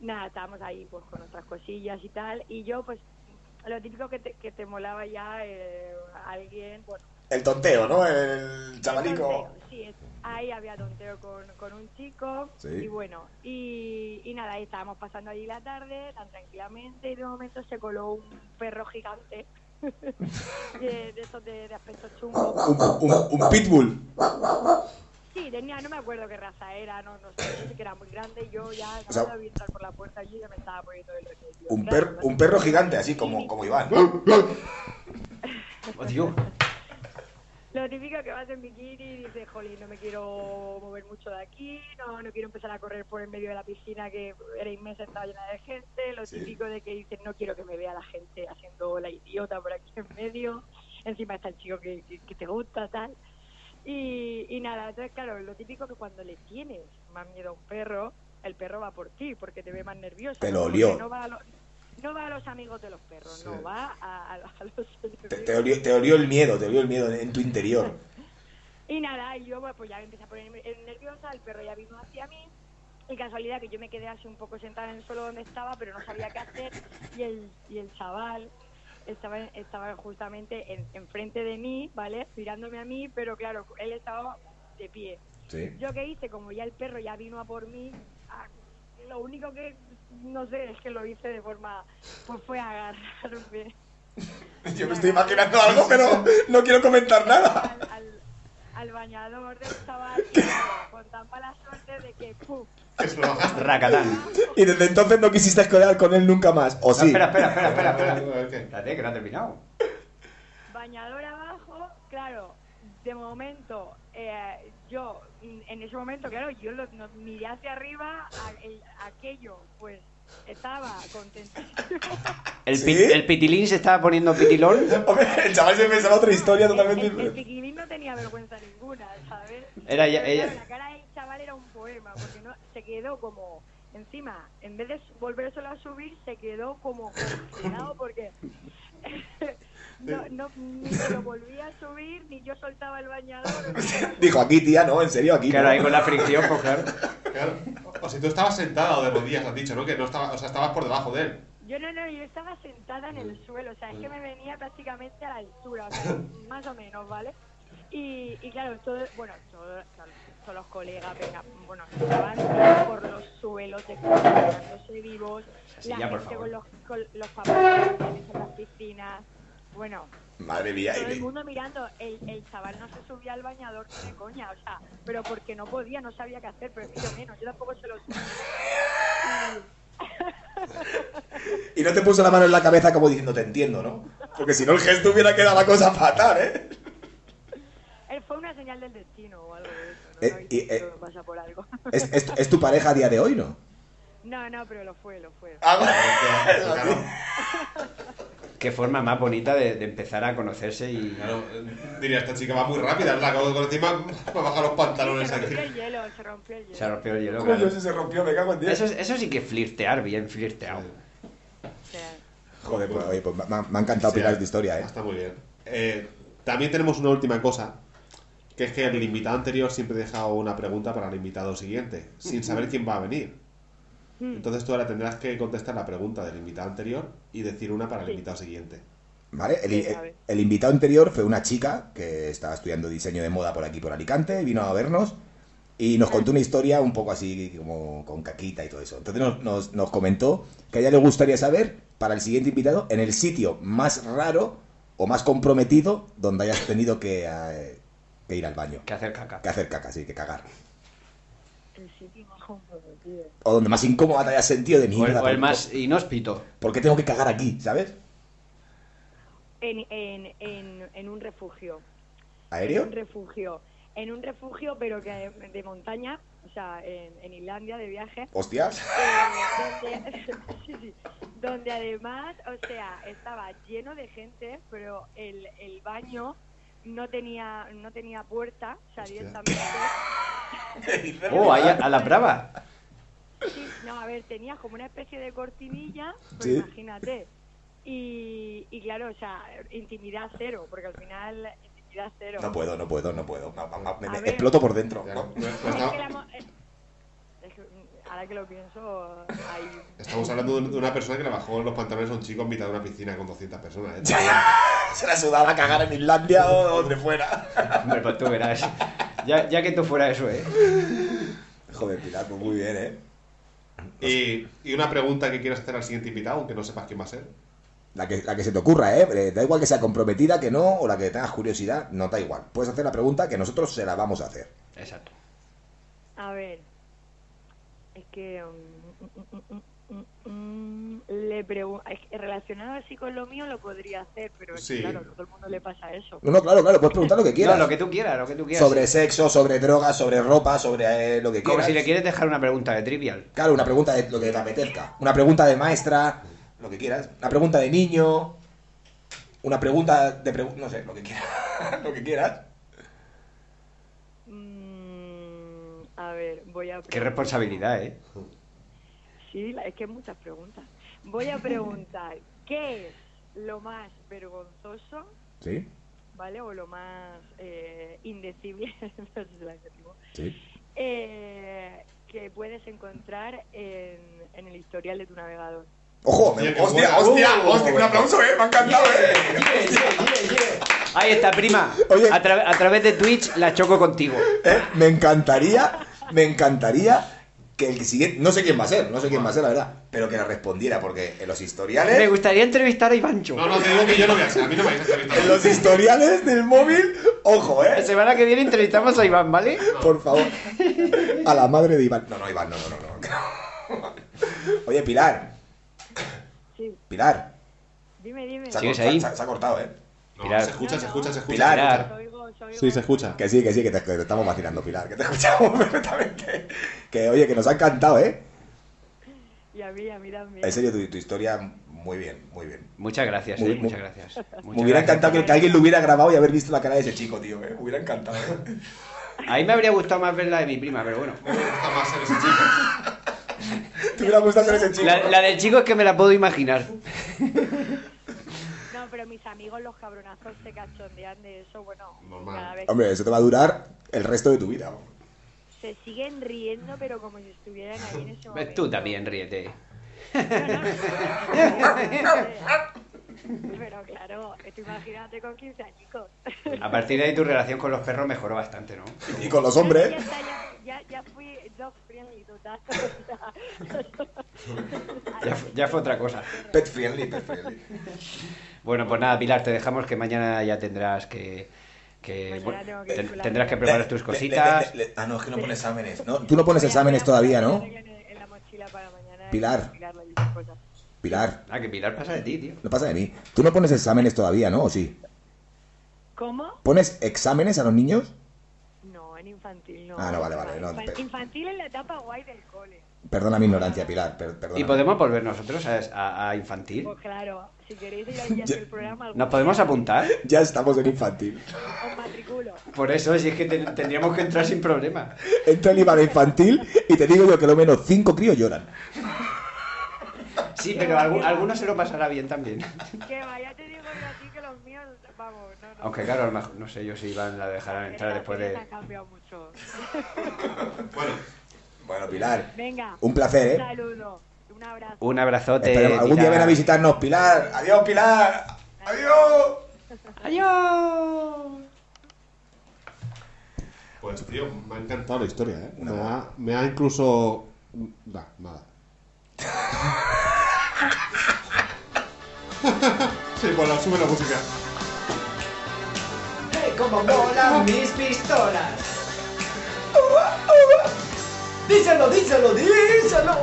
Nada, estábamos ahí pues con nuestras cosillas y tal. Y yo, pues, lo típico que te, que te molaba ya eh, alguien, pues, bueno,
El tonteo, ¿no? El chavalico.
Tonteo, Sí, es- ahí había tonteo con, con un chico.
Sí.
Y bueno, y, y nada, ahí estábamos pasando allí la tarde tan tranquilamente y de momento se coló un perro gigante. de, de esos de, de aspecto chungo.
Un, un- un pitbull.
Sí, tenía, no me acuerdo qué raza era, no, no sé, sí que era muy grande y yo ya
O sea,
acababa de entrar por la puerta allí y ya me estaba poniendo el remedio.
Un,
Claro,
per-
no
un
sé.
perro gigante, así como, como Iván.
Oh, tío.
Lo típico que vas en bikini y dices, jolín, no me quiero mover mucho de aquí, no, no quiero empezar a correr por el medio de la piscina que era inmensa, estaba llena de gente. Lo
Sí.
típico de que dices, no quiero que me vea la gente haciendo la idiota por aquí en medio. Encima está el chico que, que- que te gusta, tal. Y, y nada, entonces, claro, lo típico que cuando le tienes más miedo a un perro, el perro va por ti porque te ve más nervioso.
Te lo
Porque
olió.
No va a, lo- no va a los amigos de los perros, no va a, a- a los enemigos.
Te, te olió, te olió el miedo, te olió el miedo en, en tu interior.
Y nada, y yo bueno, pues ya me empecé a poner eh, nerviosa, el perro ya vino hacia mí. Y casualidad que yo me quedé así un poco sentada en el suelo donde estaba, pero no sabía qué hacer. Y el, y el chaval estaba, estaba justamente en- enfrente de mí, ¿vale? Mirándome a mí, pero claro, él estaba de pie.
Sí.
Yo qué hice, como ya el perro ya vino a por mí, ah, lo único que no sé es que lo hice de forma, pues fue agarrarme.
Yo me estoy imaginando algo, pero no quiero comentar nada.
al, al- al bañador del chaval y, claro, con tan mala suerte de que ¡pum!
Racatán.
Y desde entonces no quisiste colar con él nunca más. O
No,
sí.
espera, espera, espera, espera, espera.
¿Qué?
Espérate, que no ha terminado.
bañador abajo, claro, de momento eh, yo mm, en ese momento, claro, yo lo, no- miré hacia arriba, a- el- aquello pues estaba contento.
El,
¿Sí?
pi- el pitilín se estaba poniendo pitilón.
Hombre, el chaval se pensaba otra historia
El,
totalmente
el, el
diferente.
piquilín no tenía vergüenza ninguna, ¿sabes?
Era ya-
Pero, claro,
ella-
La cara del chaval era un poema, porque no, se quedó como, encima, en vez de volver solo a subir, se quedó como congelado porque no, no, ni se lo volvía a subir, ni yo soltaba el bañador.
Dijo, aquí, tía, no, en serio, aquí.
Claro,
no.
ahí con la fricción, pues claro.
Claro. O si tú estabas sentada o de rodillas, has dicho, ¿no? Que no estaba, o sea, estabas por debajo de él.
Yo no, no, yo estaba sentada en el suelo, o sea, es que me venía prácticamente a la altura, o sea, más o menos, ¿vale? Y, y claro, todo, bueno, todo- claro, todos los colegas, venga, bueno, estaban por los suelos, descongelándose vivos,
Así
la
ya, por
gente
favor.
con los, con los papás en las piscinas, bueno,
Madre mía,
todo el
y-
mundo mirando, el, el chaval no se subía al bañador ni de coña, o sea, pero porque no podía, no sabía qué hacer, pero es que yo menos, yo tampoco se lo Y-
y no te puso la mano en la cabeza como diciendo, te entiendo, ¿no? Porque si no, el gesto hubiera quedado la cosa fatal, ¿eh?
Eh, Fue una señal del destino o algo de eso, ¿no?
Eh,
Ay,
y,
sí,
eh,
todo pasa por algo.
Es, es- es tu pareja a día de hoy, ¿no?
No, no, pero lo fue, lo fue.
Ah,
Claro,
bueno.
Qué forma más bonita de, de empezar a conocerse y...
claro. eh, Diría, esta chica va muy rápida, la acabo de conocer, me me ha bajado los pantalones
se
aquí.
rompió el hielo, se rompió el hielo.
Se rompió el hielo,
Coño,
claro.
ese se rompió, me cago en diez.
Eso, es- eso sí que es flirtear bien, flirteado.
O sea,
Joder, pues, oye, pues me, ha- me ha encantado
Sí,
pilar esta historia, ¿eh?
Ah, Está muy bien. Eh, también tenemos una última cosa, que es que el invitado anterior siempre deja una pregunta para el invitado siguiente, sin saber quién va a venir.
Mm.
Entonces tú ahora tendrás que contestar la pregunta del invitado anterior y decir una para el
Sí.
invitado siguiente.
¿Vale? El,
Sí, a ver.
el invitado anterior fue una chica que estaba estudiando diseño de moda por aquí, por Alicante, vino a vernos y nos contó una historia un poco así como con caquita y todo eso. Entonces nos, nos- nos comentó que a ella le gustaría saber, para el siguiente invitado, en el sitio más raro o más comprometido donde hayas tenido que, eh, que ir al baño.
Que hacer caca.
Que hacer caca, sí, que cagar.
el sitio más comprometido.
O donde más incómoda te hayas sentido de
O el,
mierda.
o el
¿por-
más inhóspito.
¿Por qué tengo que cagar aquí, sabes?
En, en, en, en un refugio.
¿Aéreo?
En un refugio. En un refugio, pero que de montaña, o sea, en, en Islandia de viaje.
Hostias.
Eh, donde, sí, sí. donde además, o sea, estaba lleno de gente, pero el, el baño no tenía no tenía puerta, o sea,
Hostia.
directamente.
Oh, ahí a, a la brava.
Sí, no, a ver, tenía como una especie de cortinilla, pues
Sí.
imagínate. Y, y claro, o sea, intimidad cero, porque al final intimidad cero.
No puedo, no puedo, no puedo. Ma- ma- ma- me-
A
me
ver.
exploto por dentro.
Ya,
No.
no- no- no
Es
está-
que la mo- eh, es que, mm, ahora que lo pienso, ahí.
Estamos hablando de una persona que le bajó los pantalones a un chico en mitad de una piscina con 200 personas. ¿eh?
Ya, ya. Se la sudaba cagar en Islandia o donde fuera.
Hombre, pues tú verás. Ya, ya que tú fuera eso, ¿eh?
Joder, Pilar, pues muy bien, ¿eh?
Y, y una pregunta que quieras hacer al siguiente invitado, aunque no sepas quién va a ser.
La que, la que se te ocurra, ¿eh? Eh, Da igual que sea comprometida, que no, o la que tengas curiosidad, no da igual. Puedes hacer la pregunta que nosotros se la vamos a hacer.
Exacto.
A ver. Es que. mm, mm, mm, mm, mm, le pregun- es que relacionado así con lo mío lo podría hacer, pero es que,
Sí.
claro, a todo el mundo le pasa eso.
No, no, claro, claro, puedes preguntar lo que
No,
quieras.
lo que tú quieras, lo que tú quieras.
sobre
sí.
sexo, sobre drogas, sobre ropa, sobre eh, lo que
Como
quieras.
si le quieres dejar una pregunta de trivial.
Claro, una pregunta de lo que te apetezca. Una pregunta de maestra, lo que quieras. Una pregunta de niño. Una pregunta de... pregu- no sé, lo que quieras. lo que quieras.
Mm, a ver, voy a.
Qué responsabilidad, ¿eh?
Sí, la- es que hay muchas preguntas. Voy a preguntar: ¿qué es lo más vergonzoso,
Sí,
¿vale? O lo más eh, indecible, no sé el adjetivo,
sí.
eh, que puedes encontrar en, en el historial de tu navegador.
¡Ojo!
Hostia,
me-
qué
¡Hostia,
bueno.
hostia,
Uh,
hostia! ¡Un aplauso, eh! ¡Me ha encantado, eh!
Ahí está, prima.
Oye.
A, tra- a través de Twitch la choco contigo.
Eh, Me encantaría, me encantaría que el siguiente... No sé quién va a ser, no sé quién va a ser, la verdad. Pero que la respondiera, porque en los
Me
historiales...
gustaría entrevistar a Ivancho.
No, no, te digo que yo no voy a ser. A mí no me vais a entrevistar.
En los historiales del móvil... ¡Ojo,
La
eh!
semana que viene entrevistamos a Iván, ¿vale?
Por favor. A la madre de Iván. No, no, Iván, no, no, no. no. Oye, Pilar,
Sí,
Pilar.
dime, dime.
Se ha,
¿Sigues
cor-
ahí?
se ha- se ha cortado, eh.
No,
Pilar.
se escucha, se escucha, se escucha.
Pilar.
se
Os
escucha.
oigo, os oigo.
Sí, se escucha.
Que sí, que sí, que te, que te estamos vacilando, Pilar. Que te escuchamos perfectamente. Que oye, que nos ha encantado, eh.
Y a mí, a mí también.
En serio, tu, tu historia muy bien, muy bien.
Muchas gracias,
Muy-
eh,
muy-
muchas gracias. Muchas
me hubiera
gracias.
encantado que, que alguien lo hubiera grabado y haber visto la cara de ese chico, tío. ¿eh? Me hubiera encantado. ¿eh?
Ahí me habría gustado más ver la de mi prima, pero bueno.
Me gusta más ser ese chico.
¿Te hubiera gustado ser ese chico?
La, la del chico es que me la puedo imaginar.
No, pero mis amigos, los cabronazos, se cachondean de eso. Bueno,
Normal.
cada vez
Hombre, eso te va a durar el resto de tu vida. vamos.
se siguen riendo, pero como si estuvieran ahí en ese momento.
Pues Tú también ríete.
Pero claro, tú imagínate con 15 añicos.
A partir de ahí tu relación con los perros mejoró bastante, ¿no?
Y con los hombres.
Ya, está, ya, ya, ya fui dog friendly total.
Ya, fu- ya fue otra cosa.
Pet friendly, pet friendly.
Bueno, pues nada, Pilar, te dejamos que mañana ya tendrás que... que-
Mañana
bueno,
tengo que
ten-
ir con la
tendrás que
niña.
preparar tus
Le-
cositas.
le- le- le- ah, no, es que no pone exámenes. No, tú no pones
Voy a-
exámenes
voy a
todavía, ¿no?
ponerlo En, en la mochila para mañana. y
Pilar.
compilarlo y esas cosas.
Pilar,
Ah, que Pilar pasa de ti, tío.
no pasa de mí. Tú no pones exámenes todavía, ¿no? ¿O sí?
¿Cómo?
¿Pones exámenes a los niños?
No, en infantil no.
Ah, no, vale, vale, no,
Infan-
pero-
Infantil en la etapa guay del cole.
Perdona mi ignorancia, Pilar. per- perdona.
¿Y podemos volver nosotros a, a- a infantil?
Pues claro, si queréis ir allí a hacer el programa, algún
¿Nos podemos
día
apuntar?
Ya estamos en infantil.
os matriculo.
Por eso, si es que ten- tendríamos que entrar sin problema.
Entra el IVA infantil y te digo yo que lo menos cinco críos lloran.
Sí, pero algu- alguno se lo pasará bien también.
Que vaya, te digo yo a ti que los míos, vamos, no, no.
Aunque claro, a lo mejor, no sé yo si Iván la dejarán entrar
Esta
después
serie
de...
se ha cambiado mucho.
Bueno,
Bueno, Pilar,
Venga.
un placer,
Un
¿eh?
saludo. Un abrazo.
Un abrazote.
Esperemos- algún día
Pilar.
ven a visitarnos, Pilar. Adiós, Pilar. Adiós.
Adiós.
Pues tío, me ha encantado la historia, ¿eh?
Una
Me ha, me ha incluso... Nah, nada. sí, bueno, sube la música.
Como volan mis pistolas. Díselo, díselo, díselo.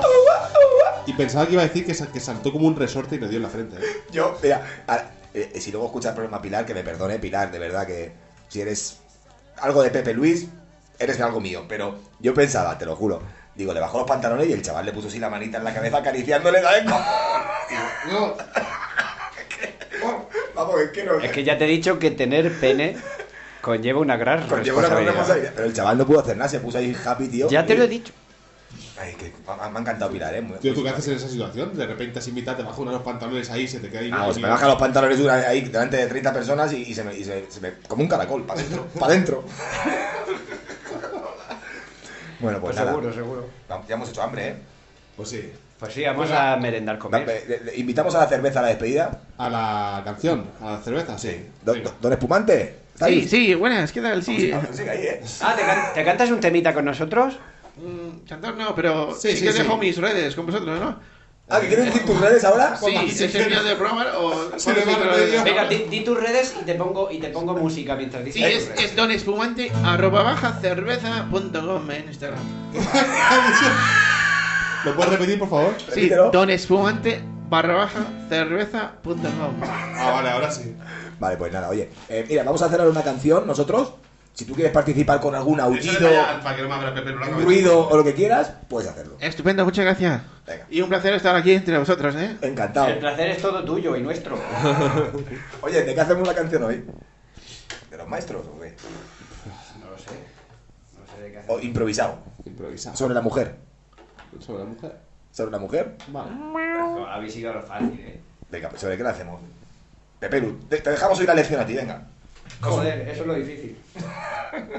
Y pensaba que iba a decir que, sa- que saltó como un resorte y le dio en la frente, ¿eh?
Yo, mira, ahora, eh, si luego escuchas el programa Pilar, que me perdone, Pilar, de verdad que si eres algo de Pepe Luis, eres algo mío. Pero yo pensaba, te lo juro, digo, le bajó los pantalones y el chaval le puso así la manita en la cabeza acariciándole, ¿sabes? Como-
No,
Vamos, es que no.
Es que ya te he dicho que tener pene conlleva una gran
Conlleva una gran
responsabilidad.
responsabilidad. Pero el chaval no pudo hacer nada, se puso ahí happy, tío.
Ya te lo he dicho.
Ay, que me ha me ha encantado Pilar, ¿eh? Muy-
Tío, ¿tú qué haces en esa situación? De repente se invita, te baja uno de los pantalones ahí, se te queda ahí...
Ah, pues me
mira.
baja los pantalones dura- ahí delante de 30 personas y, y se, me, y se- se me- como un caracol, para adentro, para adentro. bueno, pues,
Pues
nada.
seguro, seguro.
Vamos, Ya hemos hecho hambre, ¿eh?
Pues sí.
Pues sí, vamos a merendar
Va-
comer.
eh, le- le invitamos a la cerveza a la despedida.
A la canción, a la cerveza, sí.
Do-
Venga.
do- don Espumante, ¿está ahí?
Sí, sí, buenas, ¿qué tal? Sí.
Sigue ahí, ¿eh?
Ah, ¿te, can- te cantas un temita con nosotros?
Mm, Cantar no, pero
Sí,
sí,
sí,
que
sí.
dejo mis redes con vosotros, ¿no?
Ah, ¿que quieres decir tus redes ahora?
Sí, ¿es el mío de programa o...?
Sí, le va a redes.
Venga, di, di tus redes y te pongo y te pongo música mientras dices.
Sí,
tus
es,
redes.
es donespumante arroba baja cerveza punto com en Instagram.
¿Lo puedes repetir, por favor?
Sí,
Repítelo.
donespumante barra baja cerveza punto com.
Ah, vale, ahora sí.
Vale, pues nada, oye. eh, mira, vamos a hacer ahora una canción nosotros. Si tú quieres participar con algún aullido,
para que no me abra Pepe Blanco.
un ruido o lo que quieras, puedes hacerlo.
Estupendo, muchas gracias.
Venga.
Y un placer estar aquí entre vosotros, ¿eh?
El
Encantado.
placer es todo tuyo y nuestro.
Oye, ¿de qué hacemos una canción hoy? ¿De los maestros o qué?
No lo sé. No sé de qué hacer.
O improvisado.
Improvisar.
Sobre la mujer.
Sobre la mujer.
¿Sobre la mujer?
Vale.
No, Habéis ido a lo fácil, eh.
Venga, pues, ¿sobre qué la hacemos? Pepe, Lu, te, te dejamos hoy la lección a ti, venga.
Joder, eso es lo difícil.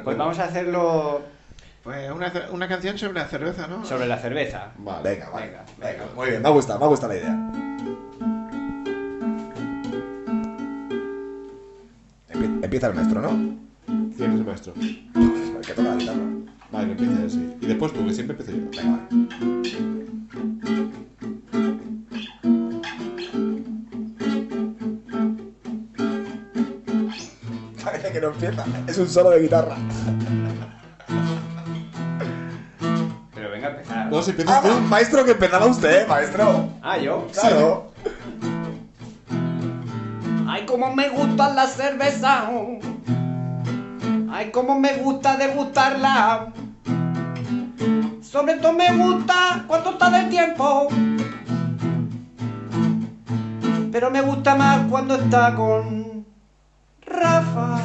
Pues vamos a hacerlo
Pues una, ce- una canción sobre la cerveza, ¿no?
sobre la cerveza.
Vale.
Venga, vale.
Venga,
Venga,
venga.
muy bien, me ha gustado, me ha gustado la idea. Empie- Empieza el maestro, ¿no?
¿Quién es el maestro?
El que toca la guitarra.
Vale, empieza él, sí. Y después tú, que siempre empiezo yo.
Venga, vale. Parece que no empieza, es un solo de guitarra.
Pero venga a empezar.
No, si empiezas
Ah,
tú.
maestro, que empezaba usted, ¿eh, maestro.
Ah, yo.
Claro.
Ay, cómo me gusta la cerveza. Ay, cómo me gusta degustarla. Sobre todo me gusta cuando está del tiempo. Pero me gusta más cuando está con Rafa.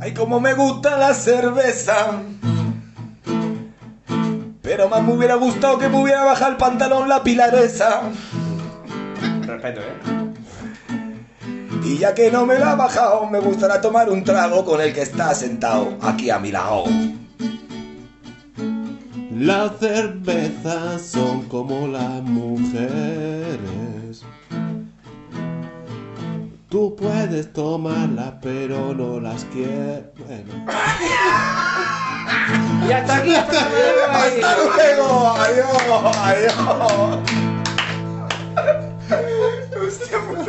Ay, cómo me gusta la cerveza. Pero más me hubiera gustado que me hubiera bajado el pantalón la pilaresa.
Respeto, ¿eh?
Y ya que no me la ha bajado, me gustará tomar un trago con el que está sentado aquí a mi lado.
Las cervezas son como las mujeres. Tú puedes tomarlas, pero no las quieres.
Y hasta aquí el programa de hoy.
¡Hasta luego! ¡Adiós! ¡Adiós!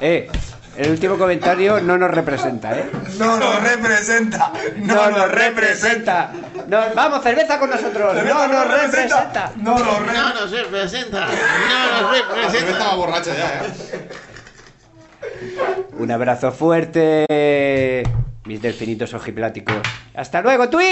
Eh, el último comentario no nos representa, ¿eh?
¡No nos representa! ¡No nos representa!
Nos- vamos, cerveza con nosotros. No nos representa.
¡No nos representa!
No nos representa. No
La
nos
cerveza
representa.
va borracha ya, ¿eh?
Un abrazo fuerte, mis delfinitos ojipláticos. Hasta luego, Twitch.